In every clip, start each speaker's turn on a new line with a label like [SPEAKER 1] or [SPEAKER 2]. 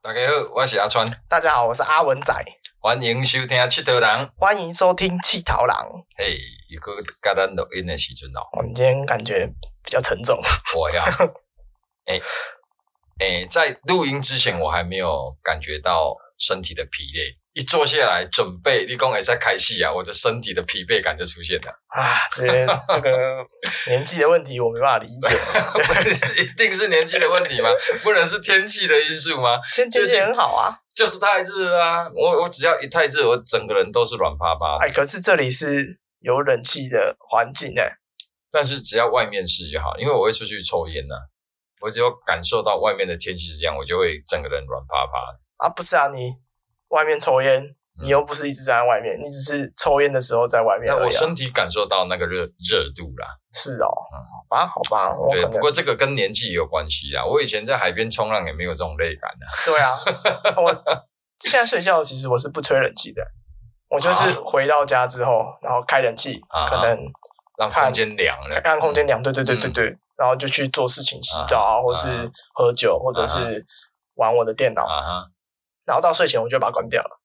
[SPEAKER 1] 大家好，我是阿川，
[SPEAKER 2] 大家好，我是阿文仔，
[SPEAKER 1] 欢迎收听《七头人》。
[SPEAKER 2] 欢迎收听《气桃郎
[SPEAKER 1] 嘿，又搁甲咱录音的时阵哦》。，
[SPEAKER 2] 我们今天感觉比较沉重，
[SPEAKER 1] 我呀，诶诶，在录音之前，我还没有感觉到身体的疲累。一坐下来准备立功，也在开戏啊，我的身体的疲惫感就出现了。
[SPEAKER 2] 啊，这些这个年纪的问题我没办 法理解。
[SPEAKER 1] 一定是年纪的问题吗？不能是天气的因素吗？
[SPEAKER 2] 现在天气很好啊，
[SPEAKER 1] 就是太热啊！我我只要一太热，我整个人都是软趴趴的。
[SPEAKER 2] 哎，可是这里是有冷气的环境哎、
[SPEAKER 1] 但是只要外面是就好，因为我会出去抽烟呐、我只要感受到外面的天气是这样，我就会整个人软趴趴的。
[SPEAKER 2] 啊，不是啊，你外面抽
[SPEAKER 1] 嗯
[SPEAKER 2] 烟，你又不是一直站在外面，你只是抽烟的时候在外面
[SPEAKER 1] 那
[SPEAKER 2] 而
[SPEAKER 1] 我
[SPEAKER 2] 已、啊。
[SPEAKER 1] 身体感受到那个热热度啦。
[SPEAKER 2] 是哦，啊，好吧，我
[SPEAKER 1] 对
[SPEAKER 2] 可，
[SPEAKER 1] 不
[SPEAKER 2] 能
[SPEAKER 1] 过这个跟年纪有关系啊。我以前在海边冲浪也没有这种累感啊。
[SPEAKER 2] 对啊，我现在睡觉其实我是不吹冷气的，我就是
[SPEAKER 1] 啊
[SPEAKER 2] 回到家之后，然后开冷气，
[SPEAKER 1] 啊
[SPEAKER 2] 可能。
[SPEAKER 1] 让
[SPEAKER 2] 看
[SPEAKER 1] 空间凉了，
[SPEAKER 2] 让空间
[SPEAKER 1] 嗯
[SPEAKER 2] 凉，对对对对
[SPEAKER 1] 嗯
[SPEAKER 2] 对，然后就去做事情，洗澡啊，或是喝酒，或者是玩我的电脑，
[SPEAKER 1] 啊哈
[SPEAKER 2] 然后到睡前我就把它关掉了，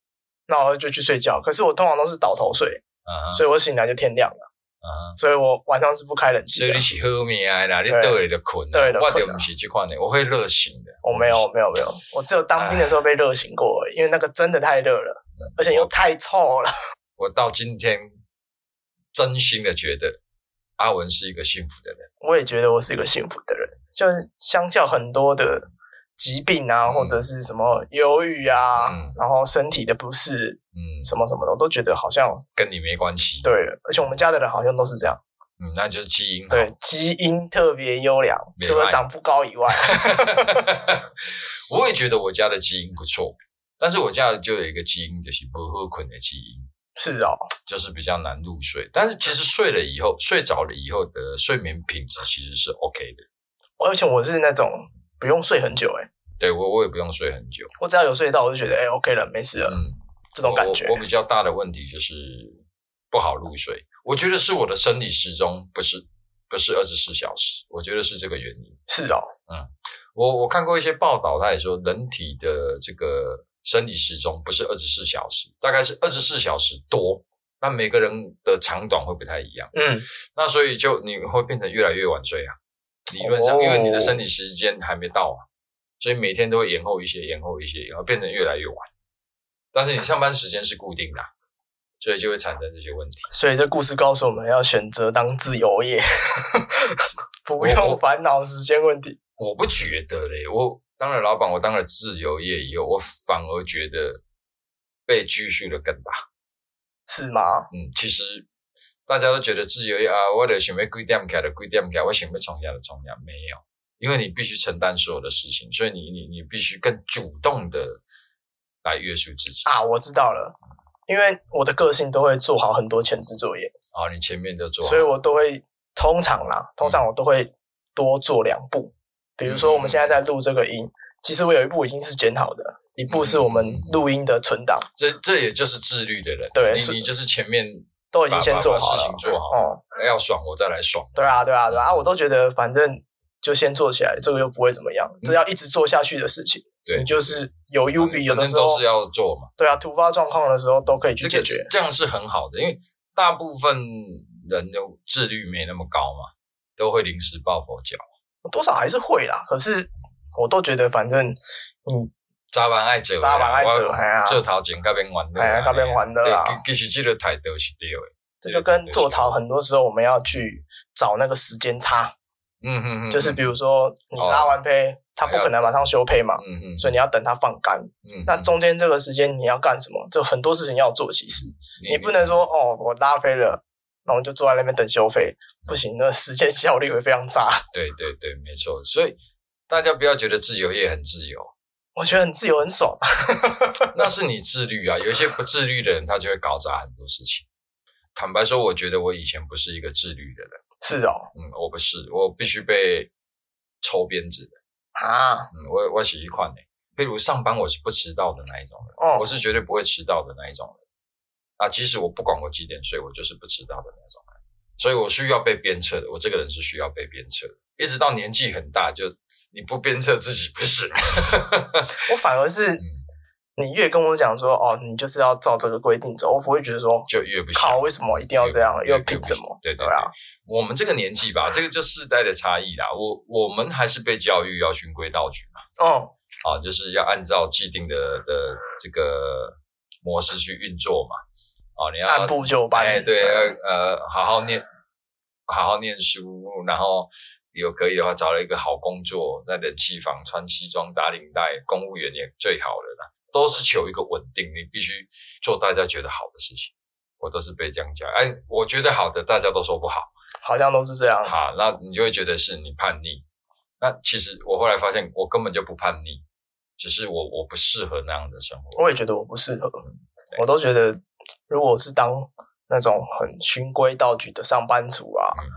[SPEAKER 2] 那我就去睡觉。可是我通常都是倒头睡，
[SPEAKER 1] 啊哈
[SPEAKER 2] 所以我醒来就天亮了，
[SPEAKER 1] 啊哈。
[SPEAKER 2] 所以我晚上是不开冷气
[SPEAKER 1] 所
[SPEAKER 2] 的
[SPEAKER 1] 以你。是喝眠啊啦，你
[SPEAKER 2] 对
[SPEAKER 1] 倒了就困
[SPEAKER 2] 倒了
[SPEAKER 1] 啊
[SPEAKER 2] 就
[SPEAKER 1] 我
[SPEAKER 2] 困啊
[SPEAKER 1] 就不是这款的，我会热醒的。
[SPEAKER 2] 我没有没有没有，我只有当兵的时候被热醒过而已，因为那个真的太热了，而且又太臭了。
[SPEAKER 1] 我到今天真心的觉得阿文是一个幸福的人。
[SPEAKER 2] 我也觉得我是一个幸福的人，就是相较很多的疾病啊，或者是什么忧郁啊，
[SPEAKER 1] 嗯
[SPEAKER 2] 然后身体的不适
[SPEAKER 1] 嗯，
[SPEAKER 2] 什么什么的，我都觉得好像
[SPEAKER 1] 跟你没关系。
[SPEAKER 2] 对了，而且我们家的人好像都是这样，
[SPEAKER 1] 嗯，那就是基因好。
[SPEAKER 2] 对，基因特别优良，
[SPEAKER 1] 没
[SPEAKER 2] 除了
[SPEAKER 1] 赖
[SPEAKER 2] 长不高以外，
[SPEAKER 1] 我也觉得我家的基因不错，但是我家就有一个基因，就是不喝困的基因，
[SPEAKER 2] 是哦，
[SPEAKER 1] 就是比较难入睡。但是其实睡了以后，睡着了以后的睡眠品质其实是 OK 的。
[SPEAKER 2] 而且我是那种不用睡很久，诶，
[SPEAKER 1] 对我，我也不用睡很久。
[SPEAKER 2] 我只要有睡到，我就觉得哎、OK 了，没事了，
[SPEAKER 1] 嗯，
[SPEAKER 2] 这种感觉
[SPEAKER 1] 我我。我比较大的问题就是不好入睡，我觉得是我的生理时钟不是不是二十四小时，我觉得是这个原因。
[SPEAKER 2] 是哦，
[SPEAKER 1] 我我看过一些报道，他也说人体的这个生理时钟不是二十四小时，大概是二十四小时多。那每个人的长短会不太一样，
[SPEAKER 2] 嗯，
[SPEAKER 1] 那所以就你会变得越来越晚睡啊。理论上，
[SPEAKER 2] 哦
[SPEAKER 1] 因为你的生理时间还没到啊，所以每天都会延后一些，延后一些，然后变得越来越晚。但是你上班时间是固定的啊、所以就会产生这些问题。
[SPEAKER 2] 所以这故事告诉我们要选择当自由业， 不
[SPEAKER 1] 我
[SPEAKER 2] 用烦恼时间问题。
[SPEAKER 1] 我不觉得嘞，我当了老板，我当了自由业以后，我反而觉得被拘束的更大。
[SPEAKER 2] 是吗？
[SPEAKER 1] 嗯，其实大家都觉得自由业啊，我的想要几点起来就几点起来，我想要冲下就冲下，没有，因为你必须承担所有的事情，所以你你你必须更主动的来约束自己。
[SPEAKER 2] 啊，我知道了，因为我的个性都会做好很多前置作业，
[SPEAKER 1] 然哦后你前面就做好，
[SPEAKER 2] 所以我都会通常
[SPEAKER 1] 嗯
[SPEAKER 2] 啦，通常我都会多做两步。比如说我
[SPEAKER 1] 嗯
[SPEAKER 2] 们现在在录这个音，其实我有一步已经是剪好的，一步是我
[SPEAKER 1] 嗯
[SPEAKER 2] 们录音的存档，
[SPEAKER 1] 这这也就是自律的人，
[SPEAKER 2] 对是
[SPEAKER 1] 你你就是前面
[SPEAKER 2] 都已经先做好
[SPEAKER 1] 把把把事
[SPEAKER 2] 了
[SPEAKER 1] 情。做好，嗯
[SPEAKER 2] 哦、
[SPEAKER 1] 要爽我再来爽。
[SPEAKER 2] 对啊，对啊，对啊，我都觉得反正就先做起来，这个又不会怎么样，这要一直做下去的事情。
[SPEAKER 1] 嗯对
[SPEAKER 2] 你就是有
[SPEAKER 1] 反
[SPEAKER 2] U B，有的
[SPEAKER 1] 反
[SPEAKER 2] 时
[SPEAKER 1] 正
[SPEAKER 2] 候
[SPEAKER 1] 都是要做嘛。
[SPEAKER 2] 对啊，突发状况的时候都可以去
[SPEAKER 1] 这
[SPEAKER 2] 解
[SPEAKER 1] 个
[SPEAKER 2] 决。
[SPEAKER 1] 这样是很好的，因为大部分人的自律没那么高嘛，都会临时抱佛脚。
[SPEAKER 2] 多少还是会啦，可是我都觉得反正你
[SPEAKER 1] 早晚爱做，
[SPEAKER 2] 早晚爱做嘿啊
[SPEAKER 1] 做头前甲边玩乐，
[SPEAKER 2] 哎呀，那边玩的
[SPEAKER 1] 对
[SPEAKER 2] 啦。，
[SPEAKER 1] 其其实这个态度是对的。
[SPEAKER 2] 这就跟做陶，很多时候我们要去找那个时间差，
[SPEAKER 1] 嗯哼哼，
[SPEAKER 2] 就是比如说你拉完胚，它不可能马上修胚嘛，
[SPEAKER 1] 嗯哼，
[SPEAKER 2] 所以你要等它放干。
[SPEAKER 1] 嗯哼
[SPEAKER 2] 那中间这个时间你要干什么？就很多事情要做，其实你不能说哦，我拉胚了，那我就坐在那边等修胚，不行，那时间效率会非常差。
[SPEAKER 1] 对对对，没错。所以大家不要觉得自由业很自 由，
[SPEAKER 2] 我觉得很自由，很爽。
[SPEAKER 1] 那是你自律啊。有一些不自律的人，他就会搞砸很多事情。坦白说，我觉得我以前不是一个自律的人，
[SPEAKER 2] 是哦，
[SPEAKER 1] 嗯，我不是，我必须被抽鞭子的。
[SPEAKER 2] 啊，
[SPEAKER 1] 嗯，我我喜一款呢。譬如上班我是不迟到的那一种人，
[SPEAKER 2] 哦
[SPEAKER 1] 我，是绝对不会迟到的那一种人啊。即使我不管我几点睡，我就是不迟到的那种人，所以我需要被鞭策的。我这个人是需要被鞭策的，一直到年纪很大就你不鞭策自己不行。
[SPEAKER 2] 我反而是
[SPEAKER 1] 嗯，
[SPEAKER 2] 你越跟我讲说哦，你就是要照这个规定走，我不会觉得说
[SPEAKER 1] 就越不行。
[SPEAKER 2] 靠，为什么一定要这样？
[SPEAKER 1] 越
[SPEAKER 2] 又
[SPEAKER 1] 越
[SPEAKER 2] 凭
[SPEAKER 1] 不
[SPEAKER 2] 什
[SPEAKER 1] 行
[SPEAKER 2] 么？
[SPEAKER 1] 对对
[SPEAKER 2] 对啊，
[SPEAKER 1] 我们这个年纪吧，这个就世代的差异啦。我我们还是被教育要循规蹈矩嘛，
[SPEAKER 2] 嗯，
[SPEAKER 1] 啊，就是要按照既定的的这个模式去运作嘛。啊，你要
[SPEAKER 2] 按部就班。
[SPEAKER 1] 哎，对，呃，好好念，好好念书，然后有可以的话找了一个好工作，在冷气房穿西装打领带，公务员也最好了啦，都是求一个稳定，你必须做大家觉得好的事情。我都是被这样讲，哎，我觉得好的，大家都说不好，
[SPEAKER 2] 好像都是这样。
[SPEAKER 1] 好，那你就会觉得是你叛逆。那其实我后来发现，我根本就不叛逆，只是我我不适合那样的生活。
[SPEAKER 2] 我也觉得我不适合，我都觉得如果是当那种很循规蹈矩的上班族啊，
[SPEAKER 1] 嗯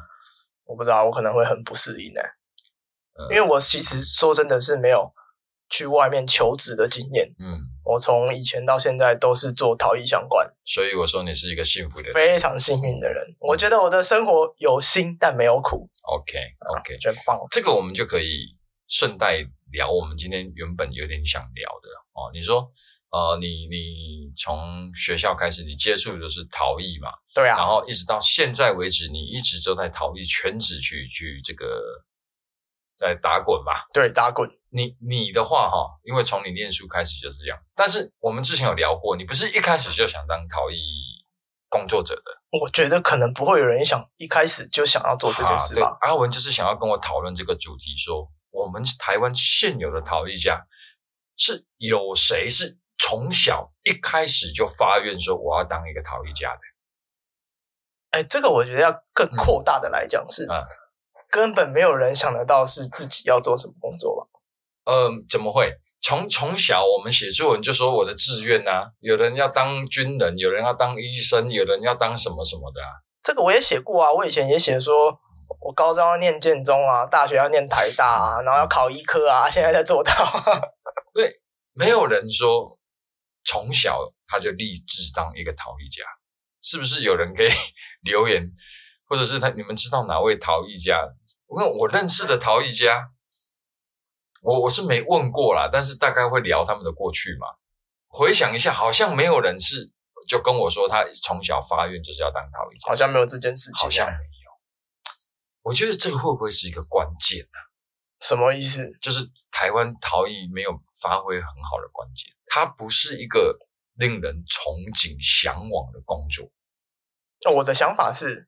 [SPEAKER 2] 我不知道我可能会很不适应呢、欸
[SPEAKER 1] 嗯
[SPEAKER 2] 因为我其实说真的是没有去外面求职的经验，
[SPEAKER 1] 嗯，
[SPEAKER 2] 我从以前到现在都是做陶艺相关，
[SPEAKER 1] 所以我说你是一个幸福的人。
[SPEAKER 2] 非常幸运的人。我觉得我的生活有辛但没有苦，
[SPEAKER 1] OK OK，
[SPEAKER 2] 觉得棒。
[SPEAKER 1] 这个我们就可以顺带聊我们今天原本有点想聊的哦。你说，呃，你你从学校开始，你接触的就是陶艺嘛，
[SPEAKER 2] 对
[SPEAKER 1] 然
[SPEAKER 2] 啊，
[SPEAKER 1] 后一直到现在为止，你一直都在陶艺圈子去去这个在打滚吧。
[SPEAKER 2] 对打滚，
[SPEAKER 1] 你你的话哈，因为从你念书开始就是这样，但是我们之前有聊过，你不是一开始就想当陶艺工作者的，
[SPEAKER 2] 我觉得可能不会有人想一开始就想要做这件事吧。
[SPEAKER 1] 啊对阿文就是想要跟我讨论这个主题说，我们台湾现有的陶艺家是有谁是从小一开始就发愿说我要当一个陶艺家的？
[SPEAKER 2] 哎，这个我觉得要更扩大的来讲是，
[SPEAKER 1] 嗯
[SPEAKER 2] 根本没有人想得到是自己要做什么工作吧？
[SPEAKER 1] 呃，怎么会？从从小我们写作文就说我的志愿呐、有人要当军人，有人要当医生，有人要当什么什么的、啊。
[SPEAKER 2] 这个我也写过啊，我以前也写说，我高中要念建中啊，大学要念台大啊，然后要考医科啊，现在在 做到。
[SPEAKER 1] 没有人说从小他就立志当一个陶艺家，是不是？有人可以 留言，或者是他你们知道哪位陶艺家？我看我认识的陶艺家，我我是没问过啦，但是大概会聊他们的过去嘛。回想一下，好像没有人是就跟我说他从小发愿就是要当陶艺家，
[SPEAKER 2] 好像没有这件事情啊，
[SPEAKER 1] 好像没有。我觉得这个会不会是一个关键啊？
[SPEAKER 2] 什么意思？
[SPEAKER 1] 就是台湾陶艺没有发挥很好的关键，它不是一个令人憧憬向往的工作。
[SPEAKER 2] 哦我的想法是，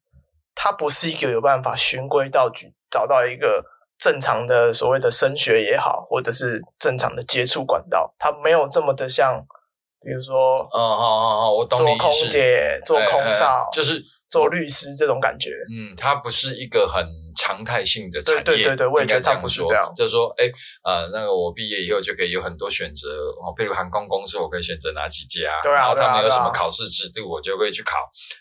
[SPEAKER 2] 它不是一个有办法循规蹈矩找到一个正常的所谓的升学也好，或者是正常的接触管道，它没有这么的像，比如说
[SPEAKER 1] 哦哦哦哦，我懂
[SPEAKER 2] 做
[SPEAKER 1] 你
[SPEAKER 2] 空
[SPEAKER 1] 意思。
[SPEAKER 2] 姐、做
[SPEAKER 1] 哎
[SPEAKER 2] 空
[SPEAKER 1] 哎
[SPEAKER 2] 少、
[SPEAKER 1] 就是
[SPEAKER 2] 做律师这种感觉。
[SPEAKER 1] 嗯，它不是一个很常态性的产业，
[SPEAKER 2] 对对对对我也
[SPEAKER 1] 应该
[SPEAKER 2] 觉得它
[SPEAKER 1] 样
[SPEAKER 2] 不是
[SPEAKER 1] 说
[SPEAKER 2] 这样
[SPEAKER 1] 就是说，哎，呃，那个我毕业以后就可以有很多选择，哦，譬如航空公司我可以选择哪几家，
[SPEAKER 2] 对啊
[SPEAKER 1] 然后
[SPEAKER 2] 对
[SPEAKER 1] 他
[SPEAKER 2] 啊
[SPEAKER 1] 们有
[SPEAKER 2] 对啊
[SPEAKER 1] 什么考试制度，我就会去考。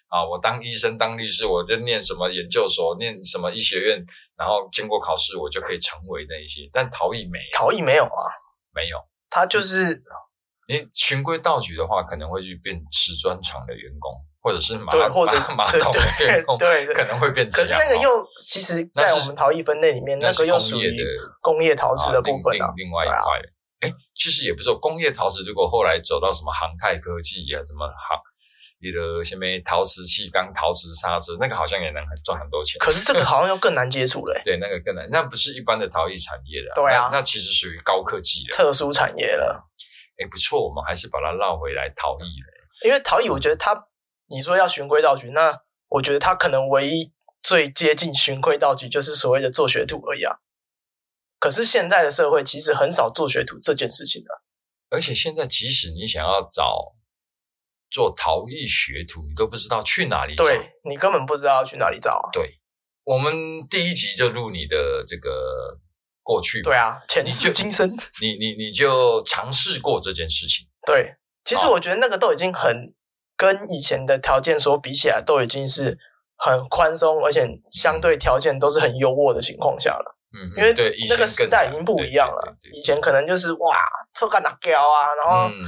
[SPEAKER 1] 啊，我当医生、当律师，我就念什么研究所，念什么医学院，然后经过考试，我就可以成为那一些。但陶艺没有
[SPEAKER 2] 陶艺没有啊，
[SPEAKER 1] 没有，
[SPEAKER 2] 他就是
[SPEAKER 1] 你循规蹈矩的话，可能会去变瓷砖厂的员工，或者是马
[SPEAKER 2] 对，或者
[SPEAKER 1] 马马桶的员工，
[SPEAKER 2] 对对
[SPEAKER 1] 可
[SPEAKER 2] 对。
[SPEAKER 1] 能会变这
[SPEAKER 2] 可
[SPEAKER 1] 样。
[SPEAKER 2] 是那个
[SPEAKER 1] 哦
[SPEAKER 2] 又其实，
[SPEAKER 1] 那
[SPEAKER 2] 在
[SPEAKER 1] 是
[SPEAKER 2] 我们陶艺分类里面，那
[SPEAKER 1] 是
[SPEAKER 2] 个又
[SPEAKER 1] 工
[SPEAKER 2] 属
[SPEAKER 1] 业
[SPEAKER 2] 于
[SPEAKER 1] 的
[SPEAKER 2] 工业陶瓷的部分
[SPEAKER 1] 啊
[SPEAKER 2] 啊。
[SPEAKER 1] 另，另另外一块的。哎、其实也不是说工业陶瓷，如果后来走到什么航太科技啊，什么航，你的什么陶瓷气缸、陶瓷砂纸，那个好像也能很赚很多钱。
[SPEAKER 2] 可是这个好像又更难接触嘞、
[SPEAKER 1] 对，那个更难，那不是一般的陶艺产业的、
[SPEAKER 2] 对啊
[SPEAKER 1] 那，那其实属于高科技的。
[SPEAKER 2] 特殊产业了。
[SPEAKER 1] 哎，不错，我们还是把它绕回来陶艺了。
[SPEAKER 2] 因为陶艺，我觉得它，你说要循规蹈矩，那我觉得它可能唯一最接近循规蹈矩，就是所谓的做学徒而已啊。可是现在的社会其实很少做学徒这件事情的、
[SPEAKER 1] 而且现在，即使你想要找做陶艺学徒，你都不知道去哪里找。
[SPEAKER 2] 对你根本不知道要去哪里找啊。
[SPEAKER 1] 对，我们第一集就录你的这个过去嘛
[SPEAKER 2] 对啊，前
[SPEAKER 1] 你
[SPEAKER 2] 世
[SPEAKER 1] 就
[SPEAKER 2] 今生。
[SPEAKER 1] 你你你就尝试过这件事情，
[SPEAKER 2] 对，其实
[SPEAKER 1] 好
[SPEAKER 2] 我觉得那个都已经很跟以前的条件所比起来，都已经是很宽松，而且相对条件都是很优渥的情况下了。
[SPEAKER 1] 嗯，
[SPEAKER 2] 因为
[SPEAKER 1] 对以前
[SPEAKER 2] 那个时代
[SPEAKER 1] 更
[SPEAKER 2] 已
[SPEAKER 1] 惨
[SPEAKER 2] 经不一样了，
[SPEAKER 1] 对对对对
[SPEAKER 2] 以前可能就是哇，臭干哪胶啊，然后
[SPEAKER 1] 嗯，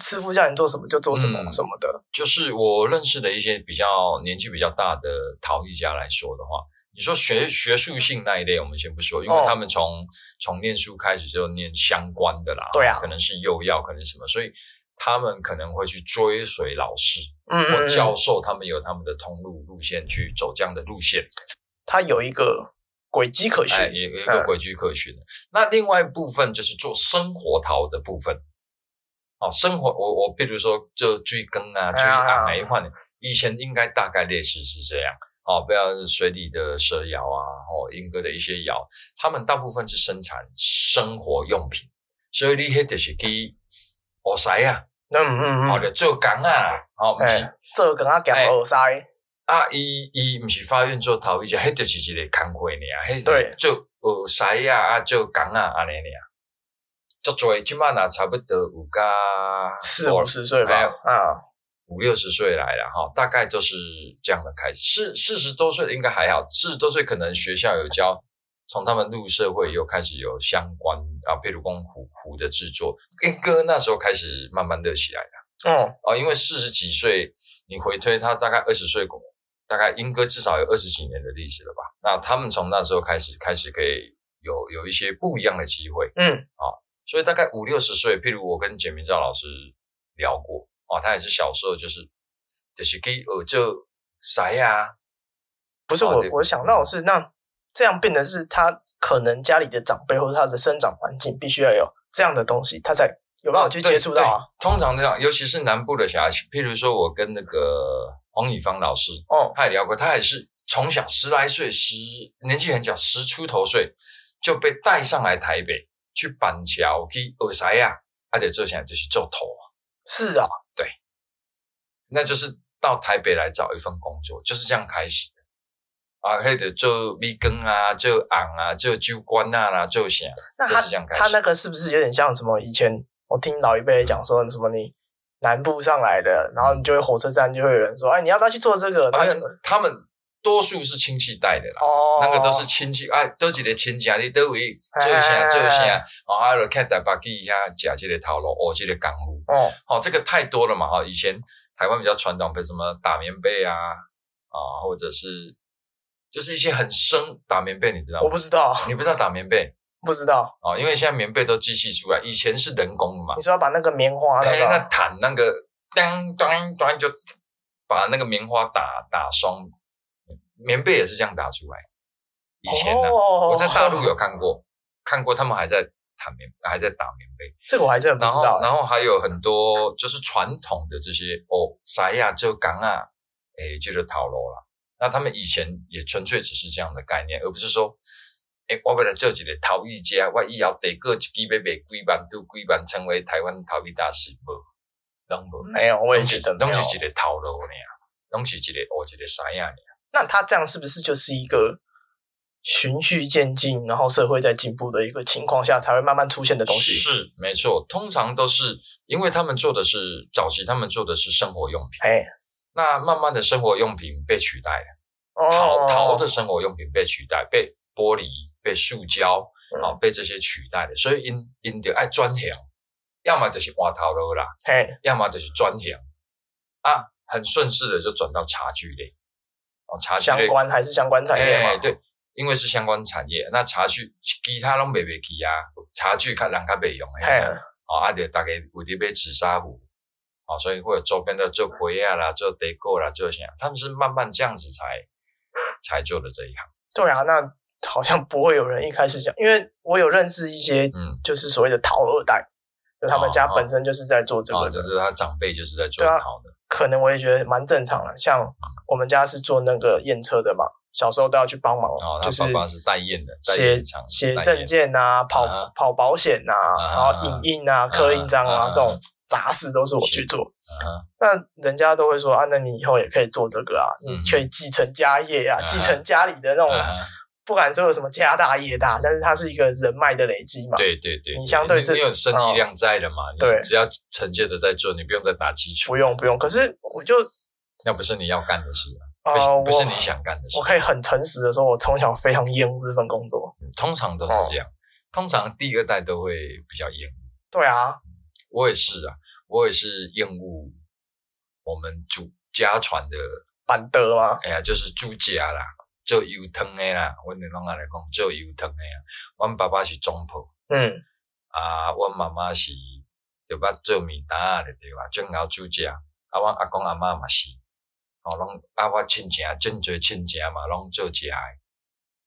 [SPEAKER 2] 师傅叫你做什么就做什么、
[SPEAKER 1] 嗯
[SPEAKER 2] 什么的。
[SPEAKER 1] 就是我认识的一些比较年纪比较大的陶艺家来说的话，你说学学术性那一类，我们先不说，因为
[SPEAKER 2] 哦
[SPEAKER 1] 他们从、从念书开始就念相关的啦，
[SPEAKER 2] 对啊
[SPEAKER 1] 可能是幼药，可能是什么，所以他们可能会去追随老师
[SPEAKER 2] 嗯嗯
[SPEAKER 1] 或
[SPEAKER 2] 嗯
[SPEAKER 1] 教授，他们有他们的通路路线去走这样的路线，
[SPEAKER 2] 它有一个轨迹可
[SPEAKER 1] 哎，
[SPEAKER 2] 循。
[SPEAKER 1] 有有一个
[SPEAKER 2] 嗯
[SPEAKER 1] 规矩可循的。那另外一部分就是做生活淘的部分。哦，生活我我譬如说就追更啊、追啊、
[SPEAKER 2] 哎
[SPEAKER 1] 煤换，以前应该大概类似是这样。哦，不要水里的蛇窑啊，哦，英歌的一些窑，他们大部分是生产生活用品，所以你迄就是去学西啊，
[SPEAKER 2] 嗯嗯
[SPEAKER 1] 哦，
[SPEAKER 2] 嗯，
[SPEAKER 1] 就做工啊，哦，不是
[SPEAKER 2] 哎，这跟他讲耳塞，
[SPEAKER 1] 啊，伊伊毋是法院做头，伊就迄就是一个工会尔，迄
[SPEAKER 2] 对
[SPEAKER 1] 做学师啊，啊做工啊安尼尔，足侪即满也差不多有甲
[SPEAKER 2] 四五十岁
[SPEAKER 1] 哎
[SPEAKER 2] 吧，啊，
[SPEAKER 1] 五六十岁来了哈，大概就是这样的开始。四四十多岁应该还好，四十多岁可能学校有教，从他们入社会又开始有相关啊，譬如讲壶壶的制作，跟哥那时候开始慢慢热起来。
[SPEAKER 2] 嗯，
[SPEAKER 1] 哦，因为四十几岁，你回推他大概二十岁过，大概英歌至少有二十几年的历史了吧？那他们从那时候开始，开始可以有有一些不一样的机会，
[SPEAKER 2] 嗯，
[SPEAKER 1] 所以大概五六十岁，譬如我跟简明照老师聊过，哦，他也是小时候就是就是给呃就啥呀，
[SPEAKER 2] 不是
[SPEAKER 1] 啊哦
[SPEAKER 2] 我
[SPEAKER 1] 对
[SPEAKER 2] 我想到的是那这样变得是他可能家里的长辈或者他的生长环境必须要有这样的东西，他才有办法去
[SPEAKER 1] 哦对
[SPEAKER 2] 接触到啊。
[SPEAKER 1] 对通常这样，尤其是南部的小孩，譬如说我跟那个黄以芳老师，
[SPEAKER 2] 哦，
[SPEAKER 1] 他也聊过，他也是从小十来岁，十年纪很小，十出头岁就被带上来台北去板桥去学啥呀？而且做起来就是做头啊，
[SPEAKER 2] 是啊，
[SPEAKER 1] 那就是到台北来找一份工作，就是这样开始的。啊，还得做米羹啊，做昂啊，做酒馆啊啦，做啥？
[SPEAKER 2] 那
[SPEAKER 1] 就
[SPEAKER 2] 他
[SPEAKER 1] 是这样开始
[SPEAKER 2] 他那个是不是有点像什么？以前我听老一辈讲说什么你。南部上来的，然后
[SPEAKER 1] 嗯
[SPEAKER 2] 你就会火车站就会有人说：“哎，你要不要去做这个？”
[SPEAKER 1] 而
[SPEAKER 2] 然后
[SPEAKER 1] 且
[SPEAKER 2] 就
[SPEAKER 1] 他们多数是亲戚带的啦。
[SPEAKER 2] 哦，
[SPEAKER 1] 那个都是亲戚，哎，都一个亲戚，你都位做
[SPEAKER 2] 哎哎
[SPEAKER 1] 啥
[SPEAKER 2] 哎
[SPEAKER 1] 做
[SPEAKER 2] 哎
[SPEAKER 1] 啥，哦，啊，就看台北去遐食这个头路，学这个功夫。
[SPEAKER 2] 哦，
[SPEAKER 1] 哦，这个太多了嘛哈、以前台湾比较传统，比如什么打棉被啊，啊，或者是就是一些很生打棉被，你知道
[SPEAKER 2] 我
[SPEAKER 1] 吗？
[SPEAKER 2] 不知道，
[SPEAKER 1] 你不知道打棉被
[SPEAKER 2] 不知 道。
[SPEAKER 1] 哦，因为现在棉被都机器出来，以前是人工的嘛
[SPEAKER 2] 你，说要把那个棉花那
[SPEAKER 1] 哎，那
[SPEAKER 2] 个，啊
[SPEAKER 1] 弹那个当当当就把那个棉花打打松，棉被也是这样打出来。以前啊呢、
[SPEAKER 2] 哦
[SPEAKER 1] 我在大陆有看过， 看过他们还在弹棉，还在打棉被。
[SPEAKER 2] 这个我还真的
[SPEAKER 1] 然
[SPEAKER 2] 不知
[SPEAKER 1] 后
[SPEAKER 2] 道，。
[SPEAKER 1] 然后还有很多就是传统的这些哦，啥呀，就港啊，诶，就是套路啦。那他们以前也纯粹只是这样的概念，而不是说，诶，我为了做一个陶艺家，我以后得过一支要卖几万都几万，成为台湾陶艺大师，无，拢无，
[SPEAKER 2] 没嗯有，我也觉得没
[SPEAKER 1] 拢是一
[SPEAKER 2] 有。
[SPEAKER 1] 个套路尔，拢是一个学一个啥呀尔。
[SPEAKER 2] 那他这样是不是就是一个循序渐进，然后社会在进步的一个情况下才会慢慢出现的东西？
[SPEAKER 1] 是没错，通常都是因为他们做的是早期，他们做的是生活用品，
[SPEAKER 2] 哎，
[SPEAKER 1] 那慢慢的生活用品被取代了。
[SPEAKER 2] 哦
[SPEAKER 1] 陶，陶的生活用品被取代，被玻璃、被塑胶
[SPEAKER 2] 嗯
[SPEAKER 1] 啊、被这些取代了，所以因因就爱转型，要么就是换头路啦，
[SPEAKER 2] 哎，
[SPEAKER 1] 要么就是转型啊，很顺势的就转到茶具类哦，茶具
[SPEAKER 2] 相
[SPEAKER 1] 类
[SPEAKER 2] 关还是相关产业
[SPEAKER 1] 哎、
[SPEAKER 2] 嘛？
[SPEAKER 1] 对，因为是相关产业，那茶具其他拢卖袂起啊，茶具较人较袂用
[SPEAKER 2] 嘿
[SPEAKER 1] 诶，哦，啊，就大概有伫买紫砂壶。哦，所以会有周边的做杯啊啦，做 deco 啦，做啥？他们是慢慢这样子才才做的这一行。
[SPEAKER 2] 对啊，那好像不会有人一开始讲，因为我有认识一些
[SPEAKER 1] 嗯，
[SPEAKER 2] 就是所谓的陶二代，就他们家
[SPEAKER 1] 哦哦
[SPEAKER 2] 本身就是在做这
[SPEAKER 1] 啊，
[SPEAKER 2] 个
[SPEAKER 1] 就
[SPEAKER 2] 的，
[SPEAKER 1] 是他长辈就是在做
[SPEAKER 2] 对啊
[SPEAKER 1] 陶的，
[SPEAKER 2] 可能我也觉得蛮正常的。像我们家是做那个验车的嘛，小时候都要去帮忙
[SPEAKER 1] 哦，，
[SPEAKER 2] 就是
[SPEAKER 1] 他爸爸是代验的，代
[SPEAKER 2] 写
[SPEAKER 1] 验厂
[SPEAKER 2] 写
[SPEAKER 1] 代
[SPEAKER 2] 证
[SPEAKER 1] 验
[SPEAKER 2] 件啊，跑、
[SPEAKER 1] 啊哈
[SPEAKER 2] 跑保险啊，
[SPEAKER 1] 啊哈
[SPEAKER 2] 然后影印啊、
[SPEAKER 1] 哈
[SPEAKER 2] 刻印章
[SPEAKER 1] 啊
[SPEAKER 2] 啊
[SPEAKER 1] 哈
[SPEAKER 2] 这种杂事都是我去做。
[SPEAKER 1] 啊
[SPEAKER 2] 那人家都会说啊，那你以后也可以做这个啊，
[SPEAKER 1] 嗯
[SPEAKER 2] 你可以继承家业啊，
[SPEAKER 1] 啊哈
[SPEAKER 2] 继承家里的那种，
[SPEAKER 1] 啊
[SPEAKER 2] 不敢说有什么家大业大，但是它是一个人脉的累积嘛。
[SPEAKER 1] 对对对，
[SPEAKER 2] 你相对这哦
[SPEAKER 1] 你有生意量在的嘛，
[SPEAKER 2] 对
[SPEAKER 1] 你只要承接的在做，你不用再打基础
[SPEAKER 2] 不，用不用，可是我就
[SPEAKER 1] 那不是你要干的事啊，
[SPEAKER 2] 啊，
[SPEAKER 1] 不是
[SPEAKER 2] 我
[SPEAKER 1] 不是你想干的事
[SPEAKER 2] 我，可以很诚实的说，我从小非常厌恶这份工作。
[SPEAKER 1] 通常都是这
[SPEAKER 2] 哦
[SPEAKER 1] 样，通常第二代都会比较厌恶，
[SPEAKER 2] 对啊，
[SPEAKER 1] 我也是啊，我也是厌恶我们祖家传的，
[SPEAKER 2] 板德嘛，
[SPEAKER 1] 哎呀，就是朱家啦，做油汤的啦，阮就拢安尼讲做油汤的啊。阮爸爸是总铺，
[SPEAKER 2] 嗯
[SPEAKER 1] 啊，阮妈妈是就捌做面摊啊，就对啊，真会煮食。啊，阮阿公阿嬷嘛是，哦，拢啊，我亲戚真侪亲戚嘛，拢做食的。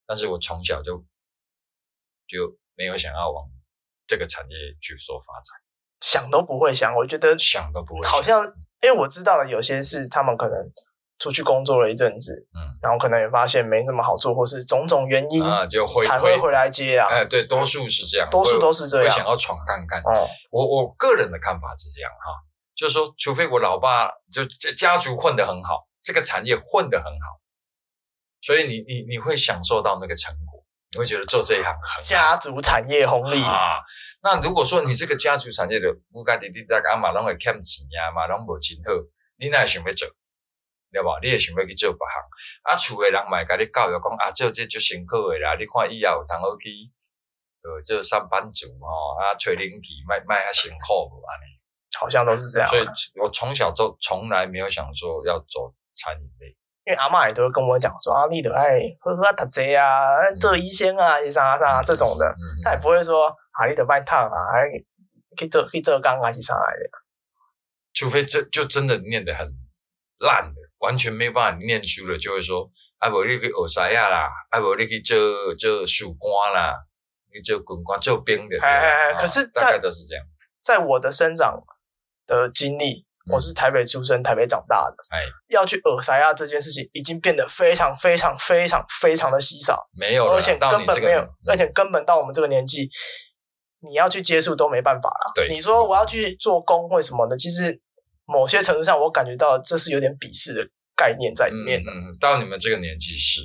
[SPEAKER 1] 但是我从小就就没有想要往这个产业去做发展，
[SPEAKER 2] 想都不会想。我觉得
[SPEAKER 1] 想都不会想。
[SPEAKER 2] 好像，因为我知道的有些是他们可能出去工作了一阵子，
[SPEAKER 1] 嗯
[SPEAKER 2] 然后可能也发现没那么好做，或是种种原因
[SPEAKER 1] 啊，就会
[SPEAKER 2] 才会回来接啊。
[SPEAKER 1] 哎，对，多数是这样，
[SPEAKER 2] 多数都是这
[SPEAKER 1] 会会想
[SPEAKER 2] 样。
[SPEAKER 1] 要闯看看。
[SPEAKER 2] 哦，
[SPEAKER 1] 我我个人的看法是这样哈，就是说，除非我老爸就家家族混得很好，这个产业混得很好，所以你你你会享受到那个成果，你会觉得做这一行很
[SPEAKER 2] 家族产业红利，
[SPEAKER 1] 好啊。那如果说你这个家族产业的，不管你你大家嘛拢会欠钱呀，嘛拢无钱好，你哪会想要做？对吧？你也想要去做别行，啊，厝诶人嘛会甲你教育讲啊，做这就辛苦诶啦，你看以后有通好去，呃，做上班族吼，啊，找零钱，卖卖啊辛苦无安尼。
[SPEAKER 2] 好像都是这样。
[SPEAKER 1] 所以我从小就从来没有想说要走餐饮类。
[SPEAKER 2] 因为阿嬷也都会跟我讲说啊，你得爱喝喝读册啊，做医生啊，是啥啥这种的，
[SPEAKER 1] 嗯，
[SPEAKER 2] 他也不会说啊，你得卖烫啊，还去做去做工啊，是啥来的。
[SPEAKER 1] 除非这就真的念得很烂的，完全没有办法念书的，就会说啊，无你去学师啊啦，啊无你去做做士官啦，你做军官做兵的。
[SPEAKER 2] 哎哎哎
[SPEAKER 1] 啊
[SPEAKER 2] 可是在
[SPEAKER 1] 大概都是这样。
[SPEAKER 2] 在我的生长的经历，
[SPEAKER 1] 嗯
[SPEAKER 2] 我是台北出生、台北长大的，
[SPEAKER 1] 哎，
[SPEAKER 2] 要去耳塞啊这件事情已经变得非常非常非常非常的稀少，
[SPEAKER 1] 没有了，
[SPEAKER 2] 而且
[SPEAKER 1] 到
[SPEAKER 2] 根
[SPEAKER 1] 你这
[SPEAKER 2] 本
[SPEAKER 1] 个
[SPEAKER 2] 没有，而
[SPEAKER 1] 嗯
[SPEAKER 2] 且根本到我们这个年纪，你要去接触都没办法了。
[SPEAKER 1] 对
[SPEAKER 2] 你说我要去做工或什么的，其实某些程度上我感觉到这是有点鄙视的概念在里面
[SPEAKER 1] 嗯嗯嗯，到你们这个年纪是，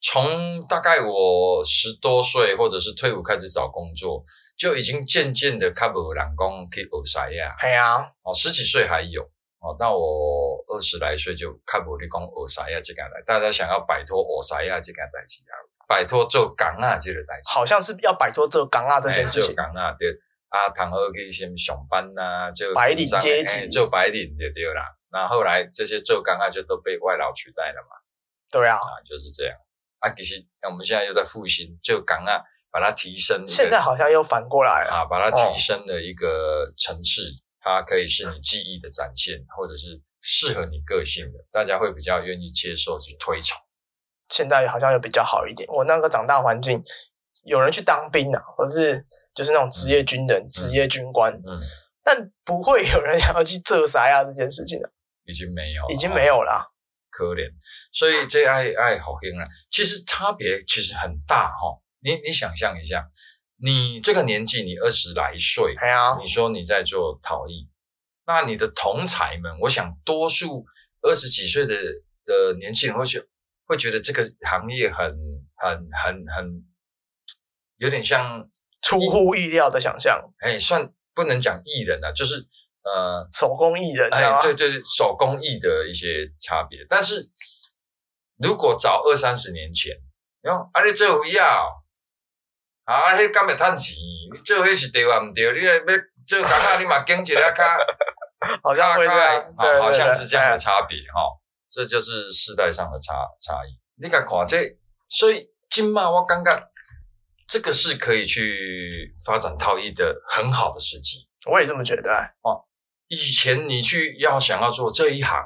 [SPEAKER 1] 从大概我十多岁或者是退伍开始找工作，就已经渐渐的看不人工去学师啊。
[SPEAKER 2] 哎呀、
[SPEAKER 1] 哦，十几岁还有哦，那我二十来岁就看不立功学啥呀这个代，大家想要摆脱学啥呀这个代志啊，摆脱做港啊这个代志，
[SPEAKER 2] 好像是要摆脱这个港啊这件事
[SPEAKER 1] 做
[SPEAKER 2] 情。
[SPEAKER 1] 港啊对，啊，倘后去先上班呐、啊，就
[SPEAKER 2] 白领
[SPEAKER 1] 上
[SPEAKER 2] 阶
[SPEAKER 1] 哎
[SPEAKER 2] 级
[SPEAKER 1] 做白领就对啦。那后来这些做港啊就都被外劳取代了嘛，
[SPEAKER 2] 对啊，
[SPEAKER 1] 啊，就是这样。啊，其实我们现在又在复兴做港啊，把它提升一个。
[SPEAKER 2] 现在好像又反过来了。
[SPEAKER 1] 啊，把它
[SPEAKER 2] 哦
[SPEAKER 1] 提升的一个层次，它可以是你记忆的展现，或者是适合你个性的，大家会比较愿意接受去推崇。
[SPEAKER 2] 现在好像又比较好一点。我那个长大环境，有人去当兵啊，或是就是那种职业军人、职业军官，
[SPEAKER 1] 嗯，
[SPEAKER 2] 但不会有人想要去射杀呀这件事情的，啊
[SPEAKER 1] 已经没有了，
[SPEAKER 2] 已经没有啦。
[SPEAKER 1] 可怜，所以这爱爱好黑人，其实差别其实很大哈、哦。你你想象一下，你这个年纪，你二十来岁，
[SPEAKER 2] 哎呀，
[SPEAKER 1] 你说你在做陶艺，那你的同才们，我想多数二十几岁的的年轻人会觉会觉得这个行业很很很很有点像，
[SPEAKER 2] 出乎意料的想象，
[SPEAKER 1] 哎，算不能讲艺人啊，就是呃，
[SPEAKER 2] 手工艺人
[SPEAKER 1] 哎，
[SPEAKER 2] 啊，
[SPEAKER 1] 对对对，手工艺的一些差别。但是如果早二三十年前，你讲啊，你做肥啊哦，啊，迄敢会趁钱？你做迄是对啊，毋对？你若要做工啊，你嘛经济了较
[SPEAKER 2] 好像
[SPEAKER 1] 大
[SPEAKER 2] 会这
[SPEAKER 1] 概
[SPEAKER 2] 样，对对
[SPEAKER 1] 啊好，
[SPEAKER 2] 对，
[SPEAKER 1] 好像是这样的
[SPEAKER 2] 哎
[SPEAKER 1] 差别哈、哦，这就是世代上的差差异。你敢看这，所以今嘛，我刚刚这个是可以去发展套艺的很好的时机。
[SPEAKER 2] 我也这么觉得。哎
[SPEAKER 1] 以前你去要想要做这一行，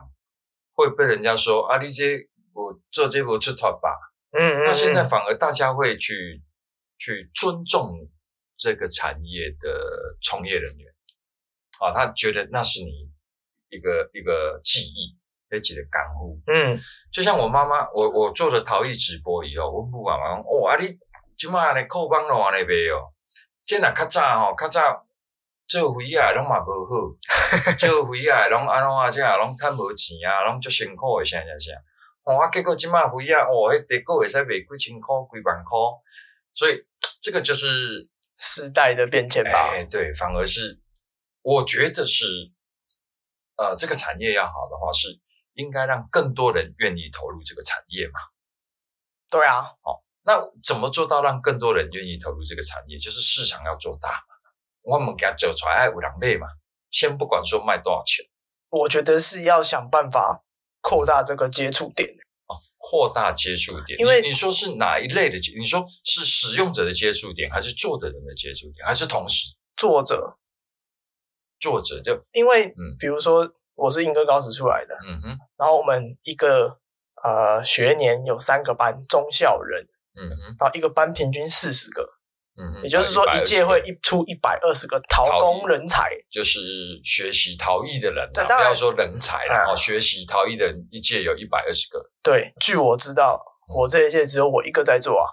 [SPEAKER 1] 会被人家说啊，你这我做这我出头吧。
[SPEAKER 2] 嗯嗯，
[SPEAKER 1] 那现在
[SPEAKER 2] 嗯
[SPEAKER 1] 反而大家会去去尊重这个产业的从业人员啊，他觉得那是你一个一个技艺，而且的干呼。
[SPEAKER 2] 嗯，
[SPEAKER 1] 就像我妈妈，我我做了陶艺直播以后，我母妈妈讲，哦，啊你即马安尼靠帮咯安尼卖哦，这若较早吼，较早做肥啊拢嘛无好，做肥啊拢安怎啊这啊拢趁无钱啊，拢足辛苦诶，啥啥啥。哦，啊，结果即马肥啊，哦，迄地个会使卖几千箍、几万箍，所以这个就是
[SPEAKER 2] 时代的变迁吧，
[SPEAKER 1] 哎，对，反而是我觉得是，呃，这个产业要好的话，是应该让更多人愿意投入这个产业嘛。
[SPEAKER 2] 对啊，
[SPEAKER 1] 那怎么做到让更多人愿意投入这个产业？就是市场要做大嘛，我们给它走出来哎爱五两倍嘛。先不管说卖多少钱
[SPEAKER 2] 我觉得是要想办法扩大这个接触点。
[SPEAKER 1] 哦，扩大接触点。
[SPEAKER 2] 因为
[SPEAKER 1] 你你说是哪一类的接？你说是使用者的接触点，还是做的人的接触点，还是同时
[SPEAKER 2] 作者，
[SPEAKER 1] 作者就
[SPEAKER 2] 因为
[SPEAKER 1] 嗯
[SPEAKER 2] 比如说我是英歌高职出来的，
[SPEAKER 1] 嗯哼
[SPEAKER 2] 然后我们一个呃学年有三个班中校人，
[SPEAKER 1] 嗯哼
[SPEAKER 2] 然后一个班平均四十个，
[SPEAKER 1] 嗯哼，
[SPEAKER 2] 也就是说
[SPEAKER 1] 120
[SPEAKER 2] 一届会一出一百二十个陶工人才，
[SPEAKER 1] 就是学习陶艺的人
[SPEAKER 2] 对
[SPEAKER 1] 啊，
[SPEAKER 2] 当
[SPEAKER 1] 不
[SPEAKER 2] 然
[SPEAKER 1] 要说人才了
[SPEAKER 2] 啊
[SPEAKER 1] 哦，学习陶艺的人一届有一百二十个，
[SPEAKER 2] 对，据我知道，
[SPEAKER 1] 嗯
[SPEAKER 2] 我这一届只有我一个在做啊，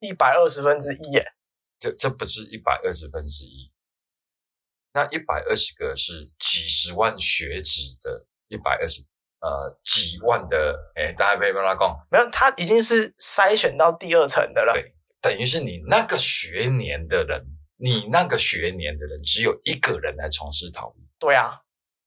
[SPEAKER 2] 一百二十分之一耶，
[SPEAKER 1] 这这不是一百二十分之一，那一百二十个是几十万学子的一百二十呃几万的，哎，大家可以跟他讲，
[SPEAKER 2] 没有，他已经是筛选到第二层的了
[SPEAKER 1] 对。等于是你那个学年的人，你那个学年的人只有一个人来从事陶艺，
[SPEAKER 2] 对啊，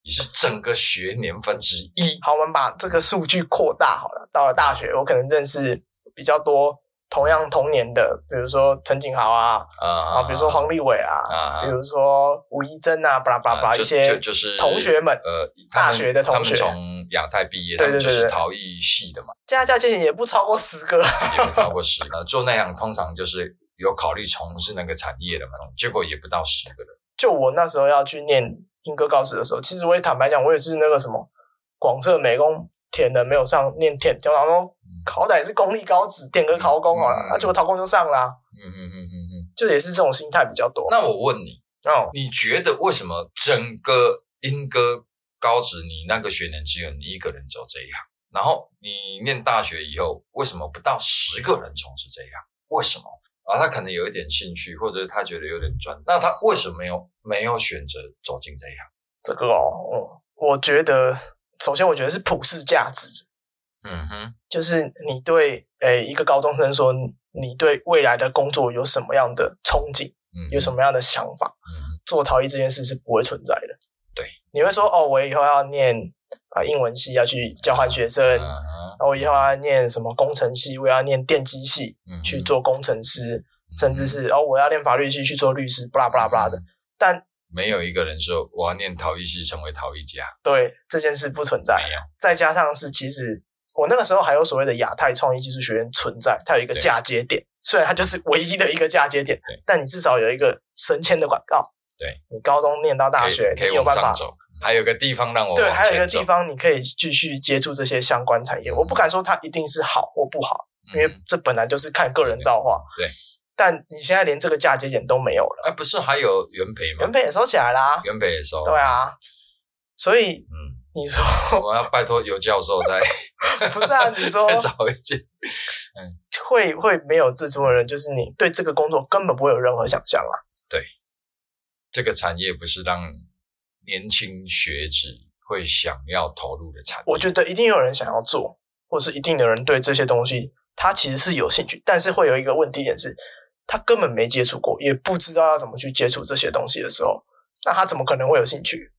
[SPEAKER 1] 你是整个学年分之一，
[SPEAKER 2] 好，我们把这个数据扩大好了。到了大学，我可能认识比较多同样童年的，比如说陈景豪啊，
[SPEAKER 1] 啊
[SPEAKER 2] 啊，比如说黄立伟啊，
[SPEAKER 1] 啊
[SPEAKER 2] 比如说吴怡珍啊，巴拉巴拉巴拉
[SPEAKER 1] 就
[SPEAKER 2] 一些
[SPEAKER 1] 就就是
[SPEAKER 2] 同学们，
[SPEAKER 1] 呃，他
[SPEAKER 2] 大
[SPEAKER 1] 们
[SPEAKER 2] 学的同学
[SPEAKER 1] 他们从亚太毕业，
[SPEAKER 2] 对
[SPEAKER 1] 他
[SPEAKER 2] 对
[SPEAKER 1] 们就
[SPEAKER 2] 对
[SPEAKER 1] 是
[SPEAKER 2] 对
[SPEAKER 1] 陶艺系的嘛，
[SPEAKER 2] 加加减减也不超过十个。
[SPEAKER 1] 也不超过十个。 做那行通常就是有考虑从事那个产业的嘛，结果也不到十个人。
[SPEAKER 2] 就我那时候要去念英歌高职的时候，其实我也坦白讲，我也是那个什么广设美工填的，没有上念填，然后好歹也是公立高职，填个考公好了
[SPEAKER 1] 嗯，
[SPEAKER 2] 那、结果考公就上啦、
[SPEAKER 1] 嗯嗯嗯嗯嗯。
[SPEAKER 2] 就也是这种心态比较多。
[SPEAKER 1] 那我问你，
[SPEAKER 2] 哦，
[SPEAKER 1] 你觉得为什么整个英歌高职你那个学年只有你一个人走这一行？然后你念大学以后，为什么不到十个人从事这一行？为什么？啊，他可能有一点兴趣，或者他觉得有点专，那他为什么没有没有选择走进这一行？
[SPEAKER 2] 这个哦，嗯我觉得首先我觉得是普世价值，
[SPEAKER 1] 嗯哼，
[SPEAKER 2] 就是你对诶、一个高中生说，你对未来的工作有什么样的憧憬，
[SPEAKER 1] 嗯，
[SPEAKER 2] 有什？么样的想法，
[SPEAKER 1] 嗯
[SPEAKER 2] 做陶艺这件事是不会存在的。
[SPEAKER 1] 对，
[SPEAKER 2] 你会说哦，我以后要念啊、英文系，要去交换学生，
[SPEAKER 1] 嗯
[SPEAKER 2] 然
[SPEAKER 1] 哼
[SPEAKER 2] 后我以后要念什么工程系，我要念电机系
[SPEAKER 1] 嗯哼，嗯
[SPEAKER 2] 去做工程师，甚至是哦，我要念法律系去做律师，巴拉巴拉巴拉的。但
[SPEAKER 1] 没有一个人说我要念陶艺系成为陶艺家，
[SPEAKER 2] 对这件事不存在
[SPEAKER 1] 没，有。
[SPEAKER 2] 再加上是其实我那个时候还有所谓的亚太创意技术学院存在，它有一个
[SPEAKER 1] 对
[SPEAKER 2] 嫁接点，虽然它就是唯一的一个嫁接点
[SPEAKER 1] 对，
[SPEAKER 2] 但你至少有一个升迁的管道。
[SPEAKER 1] 对，
[SPEAKER 2] 你高中念到大学，
[SPEAKER 1] 可以
[SPEAKER 2] 你
[SPEAKER 1] 可以
[SPEAKER 2] 有
[SPEAKER 1] 往
[SPEAKER 2] 办法
[SPEAKER 1] 上
[SPEAKER 2] 嗯
[SPEAKER 1] 走，还有个地方让我
[SPEAKER 2] 对，
[SPEAKER 1] 往
[SPEAKER 2] 还有一
[SPEAKER 1] 前
[SPEAKER 2] 个
[SPEAKER 1] 走
[SPEAKER 2] 地，方你可以继续接触这些相关产业。
[SPEAKER 1] 嗯
[SPEAKER 2] 我不敢说它一定是好或不好，因为
[SPEAKER 1] 嗯
[SPEAKER 2] 这本来就是看个人造化。
[SPEAKER 1] 对对
[SPEAKER 2] 但你现在连这个嫁接点都没有了，
[SPEAKER 1] 哎，不是还有原培吗
[SPEAKER 2] 原？本也收起来啦。
[SPEAKER 1] 原培也收，
[SPEAKER 2] 对，啊，所以
[SPEAKER 1] 嗯，
[SPEAKER 2] 你说
[SPEAKER 1] 我们要拜托尤教授 再
[SPEAKER 2] 不是啊？你说
[SPEAKER 1] 再找一件，
[SPEAKER 2] 会会没有这种人，就是你对这个工作根本不会有任何想象啊。
[SPEAKER 1] 这个产业不是让年轻学子会想要投入的产业，
[SPEAKER 2] 我觉得一定有人想要做，或是一定有人对这些东西他其实是有兴趣，但是会有一个问题点是，他根本没接触过，也不知道要怎么去接触这些东西的时候，那他怎么可能会有兴趣？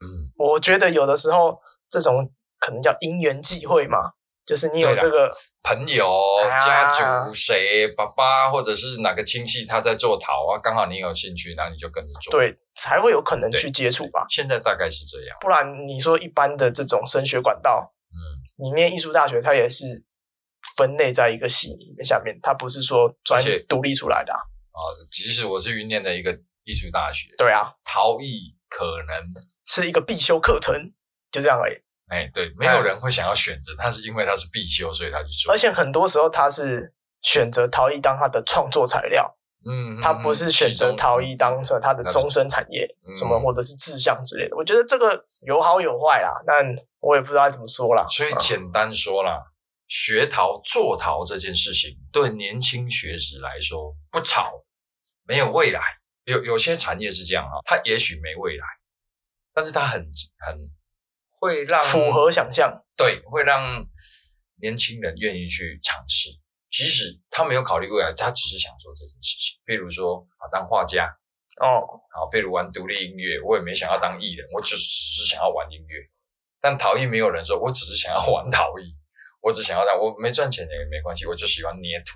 [SPEAKER 1] 嗯，
[SPEAKER 2] 我觉得有的时候这种可能叫因缘际会嘛，就是你有
[SPEAKER 1] 对啦
[SPEAKER 2] 这个
[SPEAKER 1] 朋友、
[SPEAKER 2] 啊
[SPEAKER 1] 家族谁、爸爸或者是哪个亲戚他在做陶啊，刚好你有兴趣，然后你就跟着做。，
[SPEAKER 2] 对，才会有可能
[SPEAKER 1] 对
[SPEAKER 2] 去接触吧。
[SPEAKER 1] 现在大概是这样，
[SPEAKER 2] 不然你说一般的这种升学管道，
[SPEAKER 1] 嗯，
[SPEAKER 2] 你念艺术大学，它也是分类在一个系里面下面，它不是说专
[SPEAKER 1] 而且
[SPEAKER 2] 独立出来的、啊。
[SPEAKER 1] 啊，即使我是云念的一个艺术大学，
[SPEAKER 2] 对啊，
[SPEAKER 1] 陶艺可能
[SPEAKER 2] 是一个必修课程，就这样而已。
[SPEAKER 1] 哎，对，没有人会想要选择，他是因为他是必修，所以他去做
[SPEAKER 2] 而。且很多时候他是选择陶艺当他的创作材料，
[SPEAKER 1] 嗯，嗯
[SPEAKER 2] 他不是选择陶艺当成他的终身产业，
[SPEAKER 1] 嗯
[SPEAKER 2] 什么或者是志向之类的。我觉得这个有好有坏啦，但我也不知道该怎么说啦。
[SPEAKER 1] 所以
[SPEAKER 2] 嗯
[SPEAKER 1] 简单说啦，学陶做陶这件事情，对年轻学子来说不潮，没有未来。有有些产业是这样啊，它也许没未来，但是它很很会让
[SPEAKER 2] 符合想象，
[SPEAKER 1] 对，会让年轻人愿意去尝试。即使他没有考虑未来，他只是想做这件事情。比如说啊，当画家，
[SPEAKER 2] 哦，
[SPEAKER 1] 好，比如玩独立音乐，我也没想要当艺人，我只只是想要玩音乐。但陶艺没有人说，我只是想要玩陶艺，我只想要当，我没赚钱也没关系，我就喜欢捏土，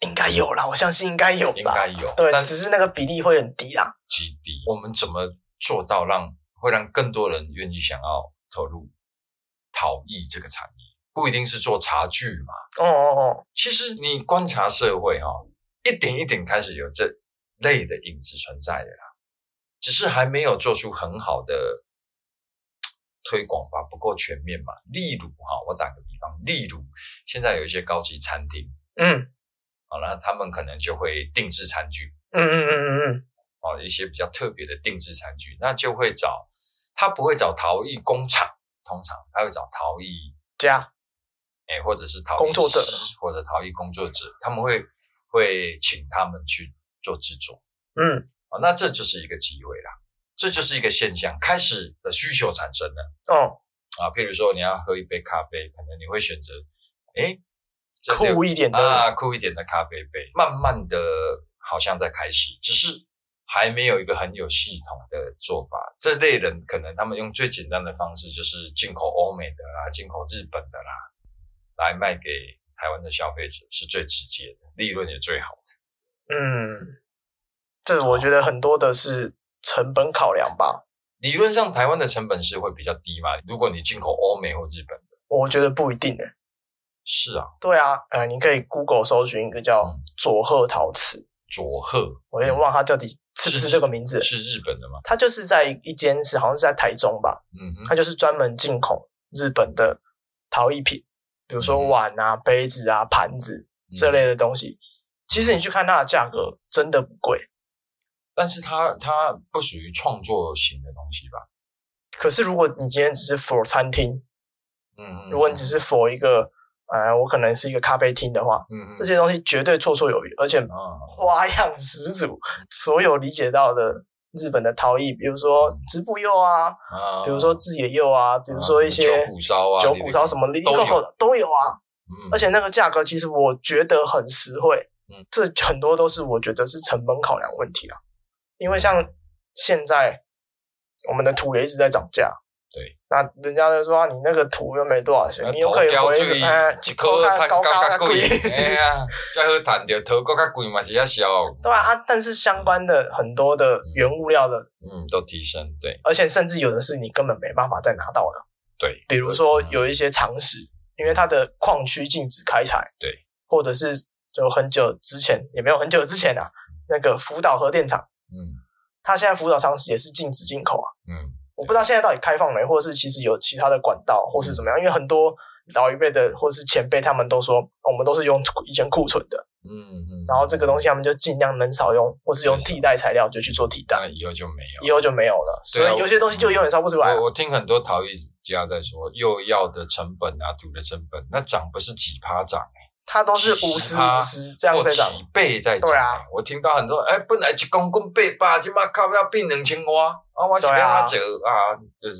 [SPEAKER 2] 应该有啦，我相信应该有
[SPEAKER 1] 应
[SPEAKER 2] 吧。
[SPEAKER 1] 该有，
[SPEAKER 2] 对，
[SPEAKER 1] 但
[SPEAKER 2] 只是那个比例会很低啦。
[SPEAKER 1] 极低。我们怎么做到让会让更多人愿意想要投入陶艺这个产业？不一定是做茶具嘛。
[SPEAKER 2] 哦哦
[SPEAKER 1] 其实你观察社会哈、哦，一点一点开始有这类的影子存在的啦，只是还没有做出很好的嘖推广吧，不够全面嘛。例如哈、我打个比方，例如现在有一些高级餐厅，
[SPEAKER 2] 哦，嗯
[SPEAKER 1] 好了，那他们可能就会定制餐具，
[SPEAKER 2] 嗯嗯嗯嗯嗯，
[SPEAKER 1] 哦，一些比较特别的定制餐具，那就会找他不会找陶艺工厂，通常他会找陶艺
[SPEAKER 2] 家
[SPEAKER 1] 哎、或者是陶艺
[SPEAKER 2] 工作者
[SPEAKER 1] 师或者陶艺工作者，他们会会请他们去做制作
[SPEAKER 2] 嗯
[SPEAKER 1] 啊，那这就是一个机会啦，这就是一个现象，开始的需求产生了
[SPEAKER 2] 哦，
[SPEAKER 1] 啊，譬如说你要喝一杯咖啡，可能你会选择哎、诶这个
[SPEAKER 2] 酷一点的，
[SPEAKER 1] 啊酷一点的咖啡杯，慢慢的好像在开始，只是还没有一个很有系统的做法。这类人可能他们用最简单的方式，就是进口欧美的啦，进口日本的啦，来卖给台湾的消费者是最直接的，利润也最好的。
[SPEAKER 2] 嗯，这我觉得很多的是成本考量吧，
[SPEAKER 1] 理论上，台湾的成本是会比较低嘛？如果你进口欧美或日本的，
[SPEAKER 2] 我觉得不一定诶。
[SPEAKER 1] 是啊，
[SPEAKER 2] 对啊，呃，你可以 Google 搜寻一个叫
[SPEAKER 1] 嗯
[SPEAKER 2] 佐贺陶瓷，
[SPEAKER 1] 佐贺
[SPEAKER 2] 我有点忘它到底是不
[SPEAKER 1] 是
[SPEAKER 2] 是这个名字。
[SPEAKER 1] 是日本的吗？
[SPEAKER 2] 它就是在一间是好像是在台中吧，
[SPEAKER 1] 嗯哼，
[SPEAKER 2] 它就是专门进口日本的陶艺品，比如说
[SPEAKER 1] 嗯
[SPEAKER 2] 碗啊、杯子啊、盘子这类的东西。其实你去看它的价格，真的不贵。
[SPEAKER 1] 但是它它不属于创作型的东西吧？
[SPEAKER 2] 可是如果你今天只是 for 餐厅，
[SPEAKER 1] 嗯，嗯
[SPEAKER 2] 如果你只是 for 一个，呃，我可能是一个咖啡厅的话，
[SPEAKER 1] 嗯嗯
[SPEAKER 2] 这些东西绝对绰绰有余，而且
[SPEAKER 1] 啊，
[SPEAKER 2] 花样十足。所有理解到的日本的陶艺，比如说植物釉啊，
[SPEAKER 1] 啊
[SPEAKER 2] 比如说自己的釉啊，比如说一些
[SPEAKER 1] 九股烧啊，
[SPEAKER 2] 九股烧什么零零
[SPEAKER 1] 都有
[SPEAKER 2] 扣扣的都有啊。
[SPEAKER 1] 嗯，
[SPEAKER 2] 而且那个价格其实我觉得很实惠。
[SPEAKER 1] 嗯
[SPEAKER 2] 这很多都是我觉得是成本考量问题啊，因为像现在我们的土也一直在涨价。
[SPEAKER 1] 对，啊
[SPEAKER 2] 那人家就说、啊、你那个土又没多少钱，你又可以回什么？哎
[SPEAKER 1] 一
[SPEAKER 2] 高
[SPEAKER 1] 颗
[SPEAKER 2] 价
[SPEAKER 1] 碳
[SPEAKER 2] 高
[SPEAKER 1] 高
[SPEAKER 2] 价
[SPEAKER 1] 较贵， 哎呀，再好赚着头高较贵嘛是要小，
[SPEAKER 2] 对啊啊，但是相关的很多的原物料的，
[SPEAKER 1] 嗯，都提升，对
[SPEAKER 2] 而且甚至有的是你根本没办法再拿到的，
[SPEAKER 1] 对，
[SPEAKER 2] 比如说
[SPEAKER 1] 嗯
[SPEAKER 2] 有一些常识，因为它的矿区禁止开采，
[SPEAKER 1] 对，
[SPEAKER 2] 或者是就很久之前也没有很久之前啊，那个福岛核电厂，
[SPEAKER 1] 嗯
[SPEAKER 2] 它现在福岛常识也是禁止进口啊，
[SPEAKER 1] 嗯
[SPEAKER 2] 我不知道现在到底开放没，或者是其实有其他的管道，或是怎么样，因为很多老一辈的或是前辈他们都说，哦我们都是用以前库存的，
[SPEAKER 1] 嗯嗯，
[SPEAKER 2] 然后这个东西他们就尽量能少用，或是用替代材料就去做替代，
[SPEAKER 1] 但以后就没
[SPEAKER 2] 以
[SPEAKER 1] 有。
[SPEAKER 2] 后就没有了，
[SPEAKER 1] 对
[SPEAKER 2] 所
[SPEAKER 1] 啊
[SPEAKER 2] 以有些东西就永远烧不出来啊
[SPEAKER 1] 我。我听很多陶艺家在说，釉药的成本啊，土的成本，那涨不是几趴涨，
[SPEAKER 2] 它都是五十
[SPEAKER 1] 啊
[SPEAKER 2] 五十这样
[SPEAKER 1] 或
[SPEAKER 2] 在
[SPEAKER 1] 几
[SPEAKER 2] 涨，
[SPEAKER 1] 倍在涨。
[SPEAKER 2] 对啊，
[SPEAKER 1] 我听到很多，哎，本来一公斤八百，即马靠要变两千外，啊，我是
[SPEAKER 2] 对啊
[SPEAKER 1] 要折啊，就是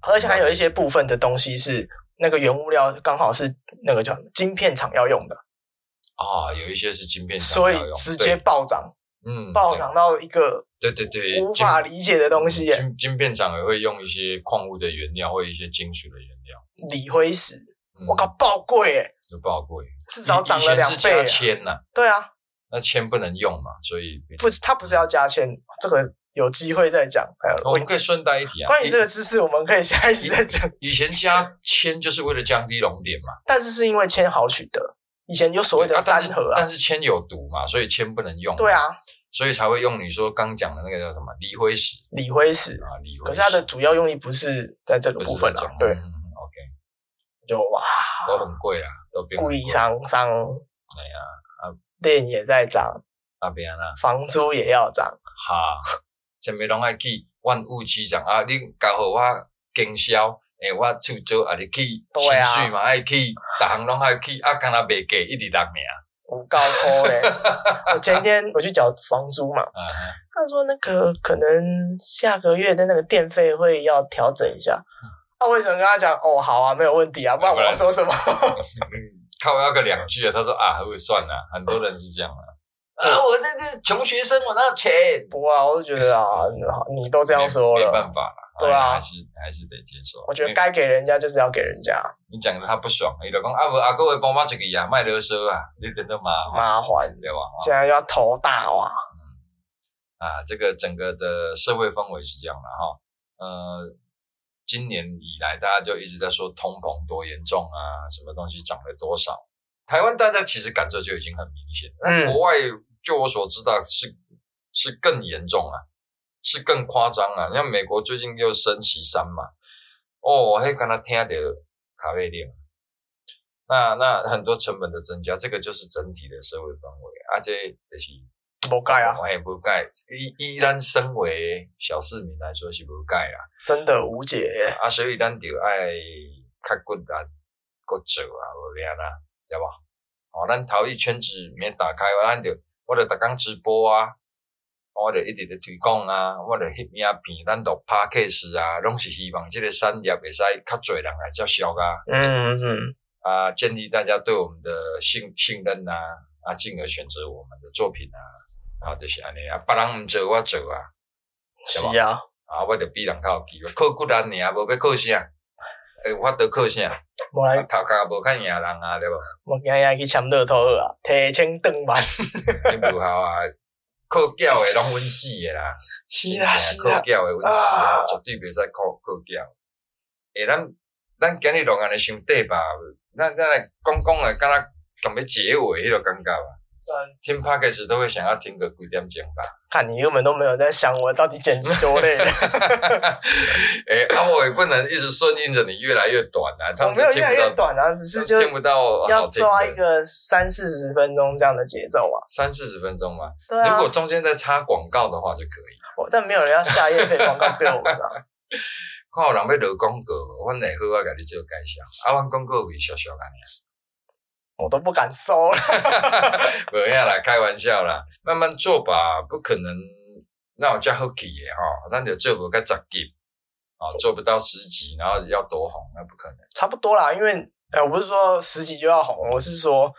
[SPEAKER 2] 而且还有一些部分的东西是那个原物料刚好是那个叫晶片厂要用的，
[SPEAKER 1] 啊，有一些是晶片厂
[SPEAKER 2] 所
[SPEAKER 1] 要
[SPEAKER 2] 以
[SPEAKER 1] 用，
[SPEAKER 2] 直接
[SPEAKER 1] 对
[SPEAKER 2] 暴涨，
[SPEAKER 1] 嗯
[SPEAKER 2] 暴涨到一个
[SPEAKER 1] 对对对，对
[SPEAKER 2] 无法
[SPEAKER 1] 晶
[SPEAKER 2] 理解的东西耶，
[SPEAKER 1] 晶晶片厂也会用一些矿物的原料或一些金属的原料，
[SPEAKER 2] 锂辉石，
[SPEAKER 1] 嗯
[SPEAKER 2] 我靠，，爆贵耶，
[SPEAKER 1] 就不好贵，
[SPEAKER 2] 至少涨了两
[SPEAKER 1] 以前
[SPEAKER 2] 倍
[SPEAKER 1] 是加
[SPEAKER 2] 耶。
[SPEAKER 1] 铅呐，
[SPEAKER 2] 对啊，
[SPEAKER 1] 那铅不能用嘛，所以
[SPEAKER 2] 不，它不是要加钱，这个有机会再讲。还有
[SPEAKER 1] 哦我们可以顺带一提啊，
[SPEAKER 2] 关于这个知识，我们可以下一集再讲。
[SPEAKER 1] 以以前加铅就是为了降低熔点嘛，
[SPEAKER 2] 但是是因为铅好取得，以前有所谓的
[SPEAKER 1] 啊
[SPEAKER 2] 三核啊
[SPEAKER 1] 但，是但是铅有毒嘛，所以铅不能用，
[SPEAKER 2] 对，啊，
[SPEAKER 1] 所以才会用你说刚讲的那个叫什么锂灰石
[SPEAKER 2] 锂辉石。
[SPEAKER 1] 啊，锂灰石，
[SPEAKER 2] 可是它的主要用意不是在这个
[SPEAKER 1] 不是
[SPEAKER 2] 部分
[SPEAKER 1] 这
[SPEAKER 2] 啊
[SPEAKER 1] 种，
[SPEAKER 2] 对
[SPEAKER 1] 嗯，嗯嗯，OK，
[SPEAKER 2] 就哇，
[SPEAKER 1] 都很贵啦，都变
[SPEAKER 2] 故
[SPEAKER 1] 很
[SPEAKER 2] 意
[SPEAKER 1] 贵
[SPEAKER 2] 伤伤，
[SPEAKER 1] 哎呀，
[SPEAKER 2] 电也在涨，
[SPEAKER 1] 那边啦。
[SPEAKER 2] 房租也要涨，
[SPEAKER 1] 哈， 前面拢爱去万物市场啊，你搞好我经销，诶、我厝租也得去，
[SPEAKER 2] 对啊
[SPEAKER 1] 薪水嘛爱去，逐项拢爱去，啊，干那袂价一直落命。
[SPEAKER 2] 我高抠 嘞。我前天我去缴房租嘛，
[SPEAKER 1] 嗯哼，
[SPEAKER 2] 他说那个可能下个月的那个电费会要调整一下。
[SPEAKER 1] 嗯
[SPEAKER 2] 那、为什么跟他讲？哦，好啊，没有问题啊，不然我要说什么？
[SPEAKER 1] 靠要个两句啊，他说啊，会算啦、很多人是这样啊。啊，我这个穷学生，我哪有钱？
[SPEAKER 2] 不啊，我就觉得啊，你都这
[SPEAKER 1] 这
[SPEAKER 2] 样说
[SPEAKER 1] 没没办
[SPEAKER 2] 了，
[SPEAKER 1] 法啦，哎
[SPEAKER 2] 对啊
[SPEAKER 1] 还是还是得接受。
[SPEAKER 2] 我觉得
[SPEAKER 1] 因为
[SPEAKER 2] 该给人家就是要给人家，
[SPEAKER 1] 你讲的他不爽，伊就讲啊，无啊，各位帮我一个啊，卖啰嗦啊，你等到麻烦
[SPEAKER 2] 麻烦。
[SPEAKER 1] 对吧？哦
[SPEAKER 2] 现在又要头大哇，
[SPEAKER 1] 啊，这个整个的社会氛围是这样的哈、呃，今年以来，大家就一直在说通膨多严重啊，什么东西涨了多少。台湾大家其实感受就已经很明显，
[SPEAKER 2] 嗯
[SPEAKER 1] 那国外就我所知道是是更严重啊，是更夸张啊。像美国最近又升息三嘛，哦，嘿，刚才听到卡位链，那那很多成本的增加，这个就是整体的社会氛围，而、且就是
[SPEAKER 2] 不盖啊，
[SPEAKER 1] 我也不改，依依然身为小市民来说是不改啦。
[SPEAKER 2] 真的无解耶。
[SPEAKER 1] 啊，所以咱就爱较骨力、骨做啊，无聊啦，对吧？哦，咱头一圈子免打开，咱就我就逐工直播啊，我就一直在推广啊，我就翕影片，咱录 podcast 啊，拢是希望这个产业会使较侪人来接受啊，
[SPEAKER 2] 嗯嗯，
[SPEAKER 1] 啊，建立大家对我们的信信任啊，啊，进而选择我们的作品啊，啊，就是安尼啊，别人毋做我做啊，
[SPEAKER 2] 是
[SPEAKER 1] 是吧
[SPEAKER 2] 啊，
[SPEAKER 1] 啊，我就比人较有机会，靠骨力尔，无要靠啥，会有法度靠啥？
[SPEAKER 2] 无来
[SPEAKER 1] 头壳无较赢人啊，对无？
[SPEAKER 2] 我今日去签乐透好啊，提前转 万。
[SPEAKER 1] 你无效啊，靠缴诶拢稳死诶啦，
[SPEAKER 2] 是
[SPEAKER 1] 真
[SPEAKER 2] 啊
[SPEAKER 1] 正
[SPEAKER 2] 是
[SPEAKER 1] 靠
[SPEAKER 2] 啊，
[SPEAKER 1] 缴诶稳死
[SPEAKER 2] 啊
[SPEAKER 1] 诶，绝对袂使靠靠缴。诶，咱咱今日拢安尼想底吧，咱咱来讲讲诶，敢若咁要结尾迄个感觉吧。听 p o d c a s 都会想要听个几点钟吧。
[SPEAKER 2] 看你根本都没有在想我到底剪辑多累，
[SPEAKER 1] 诶，啊，我也不能一直顺应着你越来越短啊，他
[SPEAKER 2] 我
[SPEAKER 1] 们
[SPEAKER 2] 没
[SPEAKER 1] 就
[SPEAKER 2] 有
[SPEAKER 1] 听
[SPEAKER 2] 越来越
[SPEAKER 1] 不到，
[SPEAKER 2] 短啊，只是就
[SPEAKER 1] 听不到
[SPEAKER 2] 要
[SPEAKER 1] 好听
[SPEAKER 2] 抓一
[SPEAKER 1] 的。
[SPEAKER 2] 个三四十分钟这样的节奏嘛。
[SPEAKER 1] 三四十分钟嘛，
[SPEAKER 2] 对
[SPEAKER 1] 如
[SPEAKER 2] 啊，
[SPEAKER 1] 果中间再插广告的话就可以。
[SPEAKER 2] 我但没有人要下夜费广告给我们啊。
[SPEAKER 1] 看有人要落广告，阮会好啊，甲你做介绍。啊，阮广告费小小安尼，
[SPEAKER 2] 我都不敢收了。
[SPEAKER 1] 无影啦，开玩笑啦，慢慢做吧，不可能那有遮好去诶吼，咱就做无甲十集，哦，做不到十集，然后要多红，那不可能。
[SPEAKER 2] 差不多啦，因为呃，我不是说十集就要红，我是说，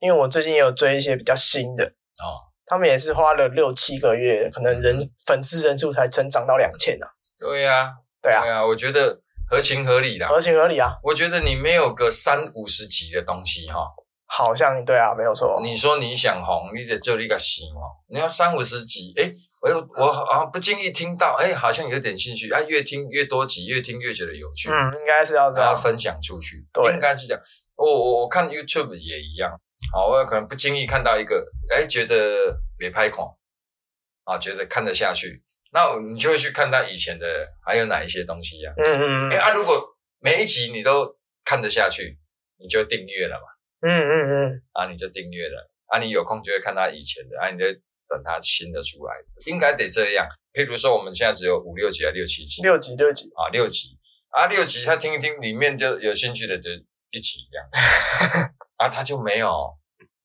[SPEAKER 2] 因为我最近也有追一些比较新的，
[SPEAKER 1] 哦，
[SPEAKER 2] 他们也是花了六七个月，可能人粉丝人数才成长到两千啊。
[SPEAKER 1] 对呀、
[SPEAKER 2] 对啊
[SPEAKER 1] 对，啊，我觉得合情合理啦。
[SPEAKER 2] 合情合理啊，
[SPEAKER 1] 我觉得你没有个三五十集的东西哈、
[SPEAKER 2] 好像对啊，没有错。
[SPEAKER 1] 哦你说你想红，你得做一个行哦。你要三五十集，诶，我又我好像不经意听到，诶，好像有点兴趣啊。越听越多集，越听越觉得有趣，
[SPEAKER 2] 嗯，应该是要这
[SPEAKER 1] 然
[SPEAKER 2] 样
[SPEAKER 1] 后。分享出去，
[SPEAKER 2] 对
[SPEAKER 1] 应该是这样。我我我看 YouTube 也一样，好，我可能不经意看到一个，诶，觉得别拍孔啊，觉得看得下去，那你就会去看他以前的还有哪一些东西呀、
[SPEAKER 2] 嗯嗯
[SPEAKER 1] 啊？
[SPEAKER 2] 嗯
[SPEAKER 1] 诶啊，如果每一集你都看得下去，你就订阅了嘛。
[SPEAKER 2] 嗯嗯嗯，
[SPEAKER 1] 啊，你就订阅了，啊，你有空就会看他以前的，啊，你就等他新的出来，应该得这样。譬如说，我们现在只有五六集啊，六七集
[SPEAKER 2] 六集六集，
[SPEAKER 1] 啊，六集啊，六集他听一听，里面就有兴趣的就一集这样，啊，他就没有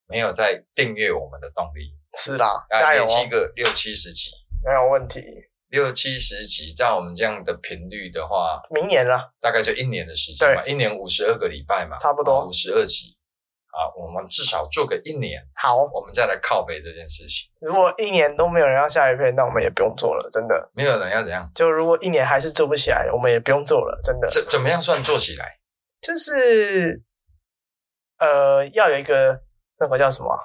[SPEAKER 1] 没有在订阅我们的动力，
[SPEAKER 2] 是啦，
[SPEAKER 1] 啊，
[SPEAKER 2] 加油
[SPEAKER 1] 累积
[SPEAKER 2] 哦，
[SPEAKER 1] 个六七十集，
[SPEAKER 2] 没有问题。
[SPEAKER 1] 六七十集，照我们这样的频率的话，
[SPEAKER 2] 明年了，
[SPEAKER 1] 大概就一年的时间吧，一年五十二个礼拜嘛，
[SPEAKER 2] 差不多
[SPEAKER 1] 五十二集。啊，我们至少做个一年，
[SPEAKER 2] 好，
[SPEAKER 1] 我们再来靠背这件事情。
[SPEAKER 2] 如果一年都没有人要下一片，那我们也不用做了，真的。
[SPEAKER 1] 没有人要怎样，
[SPEAKER 2] 就如果一年还是做不起来，我们也不用做了，真的。
[SPEAKER 1] 怎怎么样算做起来？
[SPEAKER 2] 就是呃，要有一个那个叫什么啊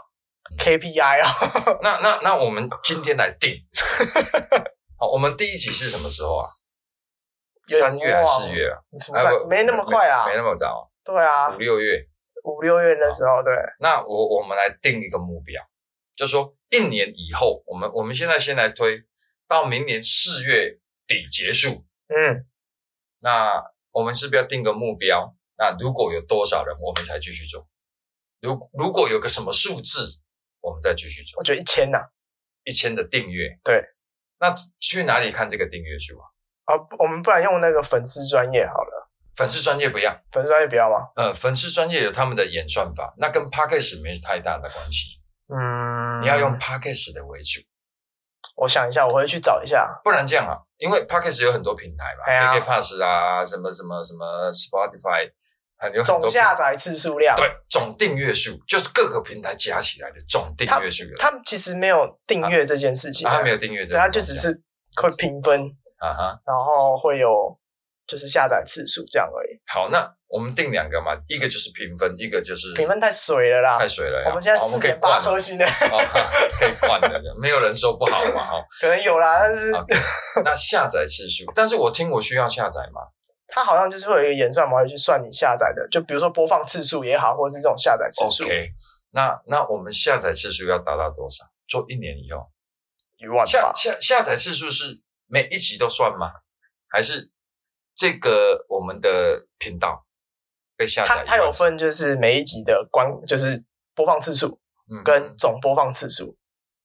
[SPEAKER 2] KPI 啊、
[SPEAKER 1] 那那那我们今天来定。 好，我们第一集是什么时候啊？
[SPEAKER 2] 有点
[SPEAKER 1] 三月还是
[SPEAKER 2] 忘
[SPEAKER 1] 四月啊？
[SPEAKER 2] 什么三、
[SPEAKER 1] 不
[SPEAKER 2] 没那么快啊
[SPEAKER 1] 没，没那么早，
[SPEAKER 2] 对啊
[SPEAKER 1] 五，六月。
[SPEAKER 2] 五六月那时候，对，
[SPEAKER 1] 那我我们来定一个目标，就说一年以后，我们我们现在先来推到明年四月底结束。
[SPEAKER 2] 嗯，
[SPEAKER 1] 那我们是不是要定个目标？那如果有多少人，我们才继续做？如如果有个什么数字，我们再继续做
[SPEAKER 2] 我。觉得一千呐、
[SPEAKER 1] 一千的订阅。
[SPEAKER 2] 对，
[SPEAKER 1] 那去哪里看这个订阅数啊？
[SPEAKER 2] 啊，不我们不然用那个粉丝专业好了，
[SPEAKER 1] 粉丝专业不要，
[SPEAKER 2] 粉丝专业不要吗？
[SPEAKER 1] 呃，粉丝专业有他们的演算法，那跟 Podcast 没太大的关系。
[SPEAKER 2] 嗯，
[SPEAKER 1] 你要用，Podcast 的为主，
[SPEAKER 2] 我想一下，我回去找一下，
[SPEAKER 1] 不然这样啊，因为 Podcast 有很多平台嘛
[SPEAKER 2] 哎呀
[SPEAKER 1] ，KK Pass 啊，什么什么什么 Spotify，很有很
[SPEAKER 2] 总
[SPEAKER 1] 多平
[SPEAKER 2] 下载次数量，
[SPEAKER 1] 对总订阅数就是各个平台加起来的总订阅数有。
[SPEAKER 2] 他们其实没有订阅这件事情、
[SPEAKER 1] 啊，他没有订阅这个
[SPEAKER 2] 对，
[SPEAKER 1] 东西啊，
[SPEAKER 2] 他就只是会评分，
[SPEAKER 1] 啊哈。
[SPEAKER 2] 然后会有就是下载次数这样而已。
[SPEAKER 1] 好，那我们定两个嘛，一个就是评分，一个就是
[SPEAKER 2] 评分太水了啦
[SPEAKER 1] 太。水了呀。
[SPEAKER 2] 我们现在
[SPEAKER 1] 好
[SPEAKER 2] 四
[SPEAKER 1] 可以
[SPEAKER 2] 点八
[SPEAKER 1] 灌
[SPEAKER 2] 颗
[SPEAKER 1] 了，
[SPEAKER 2] 星的，
[SPEAKER 1] 哦可以灌的，没有人说不好嘛哦。
[SPEAKER 2] 可能有啦，但是
[SPEAKER 1] OK，那下载次数，但是我听我需要下载吗？
[SPEAKER 2] 它好像就是会有一个演算法会去算你下载的，就比如说播放次数也好，或者是这种下载次数
[SPEAKER 1] OK，那那我们下载次数要达到多少？做一年以后，
[SPEAKER 2] 一万
[SPEAKER 1] 下
[SPEAKER 2] 吧。
[SPEAKER 1] 下下载次数是每一集都算吗？还是这个我们的频道被下载
[SPEAKER 2] 它
[SPEAKER 1] 一万次？
[SPEAKER 2] 它有分，就是每一集的观，就是播放次数
[SPEAKER 1] 嗯
[SPEAKER 2] 跟总播放次数。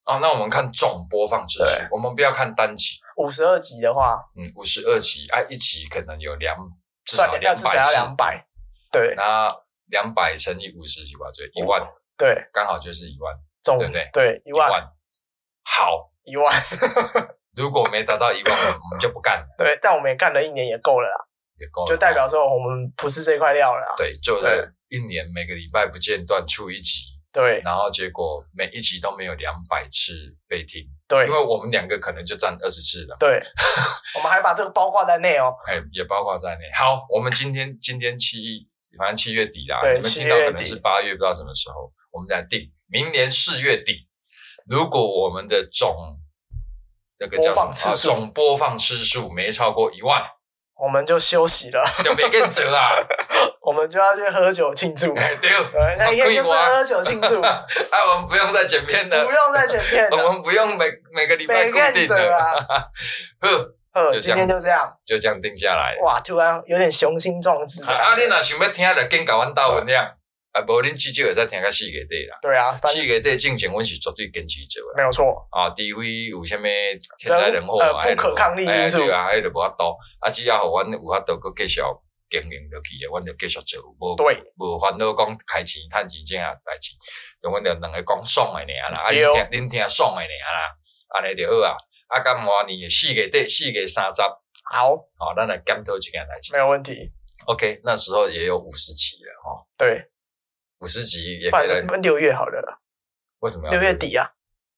[SPEAKER 1] 哦，那我们看总播放次数
[SPEAKER 2] 对，
[SPEAKER 1] 我们不要看单集。
[SPEAKER 2] 五十二集的话，
[SPEAKER 1] 嗯，五十二集啊，一集可能有两至
[SPEAKER 2] 算
[SPEAKER 1] 少
[SPEAKER 2] 了要
[SPEAKER 1] 两
[SPEAKER 2] 至少
[SPEAKER 1] 百
[SPEAKER 2] 要
[SPEAKER 1] 次，
[SPEAKER 2] 两百。对
[SPEAKER 1] 那两百乘以五十几吧，就一万，
[SPEAKER 2] 对，
[SPEAKER 1] 刚好就是一万，
[SPEAKER 2] 总
[SPEAKER 1] 对不对
[SPEAKER 2] 对哦一万
[SPEAKER 1] 好，
[SPEAKER 2] 一万。
[SPEAKER 1] 如果没达到一万，我们就不干了，
[SPEAKER 2] 对，但我们也干了一年也够了啦，
[SPEAKER 1] 也够了。哦
[SPEAKER 2] 就代表说我们不是这块料了啦。
[SPEAKER 1] 对，就
[SPEAKER 2] 对
[SPEAKER 1] 是一年每个礼拜不间断出一集，
[SPEAKER 2] 对
[SPEAKER 1] 然后结果每一集都没有两百次被听，
[SPEAKER 2] 对
[SPEAKER 1] 因为我们两个可能就占二十次了，
[SPEAKER 2] 对， 我们还把这个包括在内哦。
[SPEAKER 1] 哎，也包括在内。好，我们今天今天七，反正七月底啦，
[SPEAKER 2] 对
[SPEAKER 1] 你们
[SPEAKER 2] 七
[SPEAKER 1] 听到
[SPEAKER 2] 月
[SPEAKER 1] 可能
[SPEAKER 2] 底
[SPEAKER 1] 是八月，不知道什么时候，我们来定明年四月底，如果我们的总那个叫
[SPEAKER 2] 播
[SPEAKER 1] 什么
[SPEAKER 2] 放次
[SPEAKER 1] 啊
[SPEAKER 2] 数
[SPEAKER 1] 总播放次数没超过一万，
[SPEAKER 2] 我们就休息了，
[SPEAKER 1] 就没跟着 啦，
[SPEAKER 2] 我们就要去喝酒庆 祝。
[SPEAKER 1] 哎
[SPEAKER 2] 对，
[SPEAKER 1] 对。
[SPEAKER 2] 那一天就是喝酒庆祝，不
[SPEAKER 1] 啊，我们不用再剪片了，
[SPEAKER 2] 用再剪 片
[SPEAKER 1] 啊我
[SPEAKER 2] 了。
[SPEAKER 1] 们不用每每个礼拜
[SPEAKER 2] 每
[SPEAKER 1] 固
[SPEAKER 2] 个人
[SPEAKER 1] 定
[SPEAKER 2] 走啊
[SPEAKER 1] 的，呵，
[SPEAKER 2] 呃，
[SPEAKER 1] 就这
[SPEAKER 2] 今
[SPEAKER 1] 样
[SPEAKER 2] 天就这样。
[SPEAKER 1] 就这样定下来。
[SPEAKER 2] 哇，突然有点雄心壮志
[SPEAKER 1] 啊，啊
[SPEAKER 2] 啊！
[SPEAKER 1] 你若想要听就跟甲阮斗分享，啊，无恁至少会使听到四月底啦。
[SPEAKER 2] 对啊，反
[SPEAKER 1] 四
[SPEAKER 2] 正
[SPEAKER 1] 月底进前，阮是绝对坚持做的。
[SPEAKER 2] 没有错，
[SPEAKER 1] 啊，除非有啥物天灾人祸
[SPEAKER 2] 人呃
[SPEAKER 1] 啊，
[SPEAKER 2] 不可抗力因
[SPEAKER 1] 哎
[SPEAKER 2] 素
[SPEAKER 1] 对啊，迄就无法度。啊，只要互阮有法度，搁继续经营落去的，阮就继续做，无
[SPEAKER 2] 对
[SPEAKER 1] 无烦恼讲开钱、趁钱这样代志。就阮就两个讲爽诶尔啦，啊，
[SPEAKER 2] 对哦
[SPEAKER 1] 恁听恁听爽诶尔啦，安尼就好啊。啊，到明年的四月底、四月三十，
[SPEAKER 2] 好，
[SPEAKER 1] 哦，咱来检讨这件代志
[SPEAKER 2] 没。有问题。
[SPEAKER 1] OK，那时候也有五十集了哦，
[SPEAKER 2] 对，
[SPEAKER 1] 五十集也
[SPEAKER 2] 不
[SPEAKER 1] 可以
[SPEAKER 2] 然就
[SPEAKER 1] 来。
[SPEAKER 2] 六月好了，
[SPEAKER 1] 为什么要
[SPEAKER 2] 六月？底啊，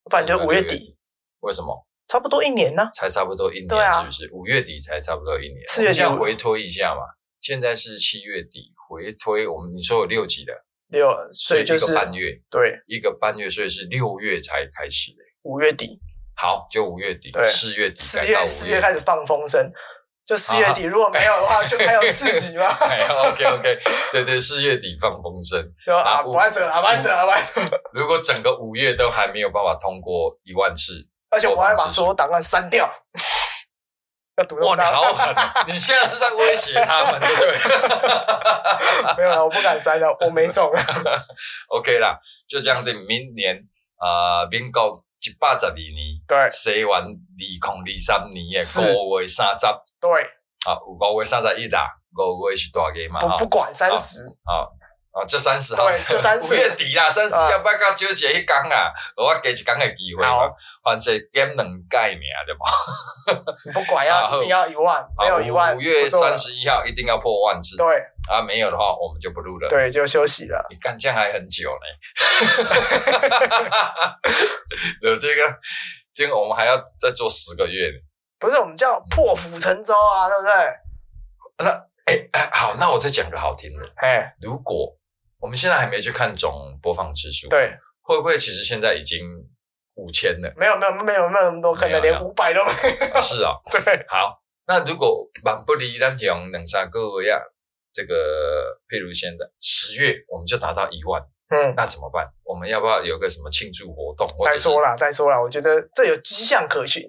[SPEAKER 2] 不然就五月底，
[SPEAKER 1] 为什么？
[SPEAKER 2] 差不多一年呢。
[SPEAKER 1] 才差不多一年，
[SPEAKER 2] 对啊
[SPEAKER 1] 是不是？五月底才差不多一年，
[SPEAKER 2] 四月底
[SPEAKER 1] 我们现在回推一下嘛。现在是七月底，回推我们你说有六集的，
[SPEAKER 2] 六，所以就
[SPEAKER 1] 一
[SPEAKER 2] 是
[SPEAKER 1] 个半月，
[SPEAKER 2] 对
[SPEAKER 1] 一个半月，所以是六月才开始的。
[SPEAKER 2] 五月底，
[SPEAKER 1] 好，就五月底
[SPEAKER 2] 对，
[SPEAKER 1] 四月啊底
[SPEAKER 2] 四
[SPEAKER 1] 改到五
[SPEAKER 2] 月四月开始放风声，就四月底如果没有的话，就还有四 集嘛。
[SPEAKER 1] OK OK，对对，四月底放风声。
[SPEAKER 2] 就
[SPEAKER 1] 啊
[SPEAKER 2] 啊，
[SPEAKER 1] 五
[SPEAKER 2] 不爱整了，不爱整了，不爱
[SPEAKER 1] 嗯
[SPEAKER 2] 整了，
[SPEAKER 1] 如果整个五月都还没有办法通过一万次，
[SPEAKER 2] 而且我还把所有档案删掉， 要读
[SPEAKER 1] 哇，
[SPEAKER 2] 到
[SPEAKER 1] 你好狠啊！你现在是在威胁他们，对不对？
[SPEAKER 2] 没有了，我不敢删了，我没 中。
[SPEAKER 1] OK 啦，就这样子，明年呃，民国一百十二哦年，
[SPEAKER 2] 对
[SPEAKER 1] 西元二零二三年
[SPEAKER 2] 是
[SPEAKER 1] 的五月三十啊，
[SPEAKER 2] 对，
[SPEAKER 1] 五月三十一啦，五月是大月嘛，
[SPEAKER 2] 哦不
[SPEAKER 1] 吼
[SPEAKER 2] 不管三十，
[SPEAKER 1] 啊啊，就三十号，
[SPEAKER 2] 对就30
[SPEAKER 1] 五月底啦，三十
[SPEAKER 2] 啊
[SPEAKER 1] 要不要到纠结迄天啊？我给一天的机会嘛
[SPEAKER 2] 好，
[SPEAKER 1] 反正减两届尔对无？
[SPEAKER 2] 你不管
[SPEAKER 1] 啊
[SPEAKER 2] 要
[SPEAKER 1] 好
[SPEAKER 2] 一定要一万，没有一万
[SPEAKER 1] 五月
[SPEAKER 2] 不做了
[SPEAKER 1] 三，十一号一定要破万次
[SPEAKER 2] 对
[SPEAKER 1] 啊，没有的话我们就不录了。
[SPEAKER 2] 对，就休息了。
[SPEAKER 1] 你干这样还很久呢， 有这个，这个我们还要再做十个月呢。
[SPEAKER 2] 不是我们叫破釜沉舟啊，对不对？
[SPEAKER 1] 哎、哎好，那我再讲个好听的，
[SPEAKER 2] 哎，
[SPEAKER 1] 如果我们现在还没去看总播放次数，，
[SPEAKER 2] 对，？
[SPEAKER 1] 会不会其实现在已经五千了
[SPEAKER 2] 没有没有没有没有那么多，可能
[SPEAKER 1] 没有
[SPEAKER 2] 连五百都没有。
[SPEAKER 1] 是啊、
[SPEAKER 2] 对，
[SPEAKER 1] 好，那如果万不离咱用两三个月啊，这个譬如现在十月我们就达到一万，
[SPEAKER 2] 嗯，
[SPEAKER 1] 那怎么办？我们要不要有个什么庆祝活动？
[SPEAKER 2] 再说
[SPEAKER 1] 了
[SPEAKER 2] 啦，再说啦，我觉得这有迹象可循。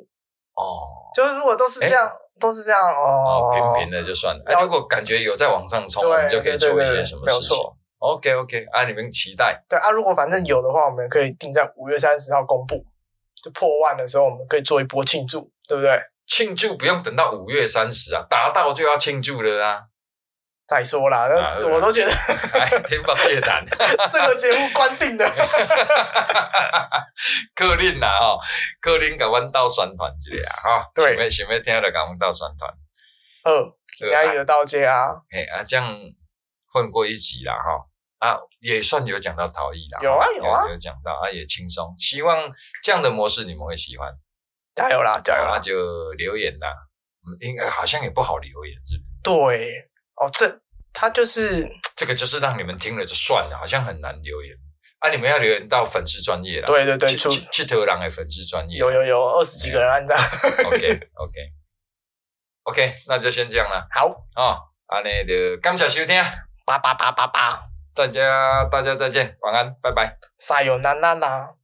[SPEAKER 1] 哦。
[SPEAKER 2] 就是如果都是这样，都是这样
[SPEAKER 1] 哦，
[SPEAKER 2] 哦，
[SPEAKER 1] 平平的就算了。哎、
[SPEAKER 2] 要
[SPEAKER 1] 如果感觉有在往上冲，
[SPEAKER 2] 对
[SPEAKER 1] 我们就可以做一
[SPEAKER 2] 对对
[SPEAKER 1] 些
[SPEAKER 2] 对
[SPEAKER 1] 什么
[SPEAKER 2] 没有
[SPEAKER 1] 事情
[SPEAKER 2] 错。
[SPEAKER 1] OK OK，啊，你们期待
[SPEAKER 2] 对啊，如果反正有的话，我们可以定在五月三十号公布，就破万的时候，我们可以做一波庆祝，对不对？
[SPEAKER 1] 庆祝，不用等到五月三十啊，达到就要庆祝了啊！
[SPEAKER 2] 再说啦，那、
[SPEAKER 1] 啊对啊
[SPEAKER 2] 我 都觉得
[SPEAKER 1] 哎，天方夜谭，
[SPEAKER 2] 这个节目关 定的，
[SPEAKER 1] 克林啦吼，克林甲阮斗宣传一下哈，
[SPEAKER 2] 对
[SPEAKER 1] 想要想要听就甲阮斗宣传。
[SPEAKER 2] 呃，
[SPEAKER 1] 对
[SPEAKER 2] 人家有到街啊，
[SPEAKER 1] 哎啊，这样混过一集啦哈。啊，也算有讲到陶艺啦，
[SPEAKER 2] 有啊有啊
[SPEAKER 1] 有讲到啊，也轻松。希望这样的模式你们会喜欢。
[SPEAKER 2] 加油啦，加油
[SPEAKER 1] 那
[SPEAKER 2] 啦！
[SPEAKER 1] 就留言啦。嗯，应该好像也不好留言，是不是？
[SPEAKER 2] 对，哦，这他就是
[SPEAKER 1] 这个就是让你们听了就算了，好像很难留言啊！你们要留言到粉丝专业啦，
[SPEAKER 2] 对对对，
[SPEAKER 1] 去
[SPEAKER 2] 出
[SPEAKER 1] 去去投狼的粉丝专业
[SPEAKER 2] 有有有二十几个人按
[SPEAKER 1] 哎
[SPEAKER 2] 赞，
[SPEAKER 1] ，OK OK OK，那就先这样啦
[SPEAKER 2] 好，
[SPEAKER 1] 哦，安尼就感谢收听，
[SPEAKER 2] 叭叭叭叭叭，
[SPEAKER 1] 大家大家再见，晚安，拜拜。
[SPEAKER 2] 撒有那那那。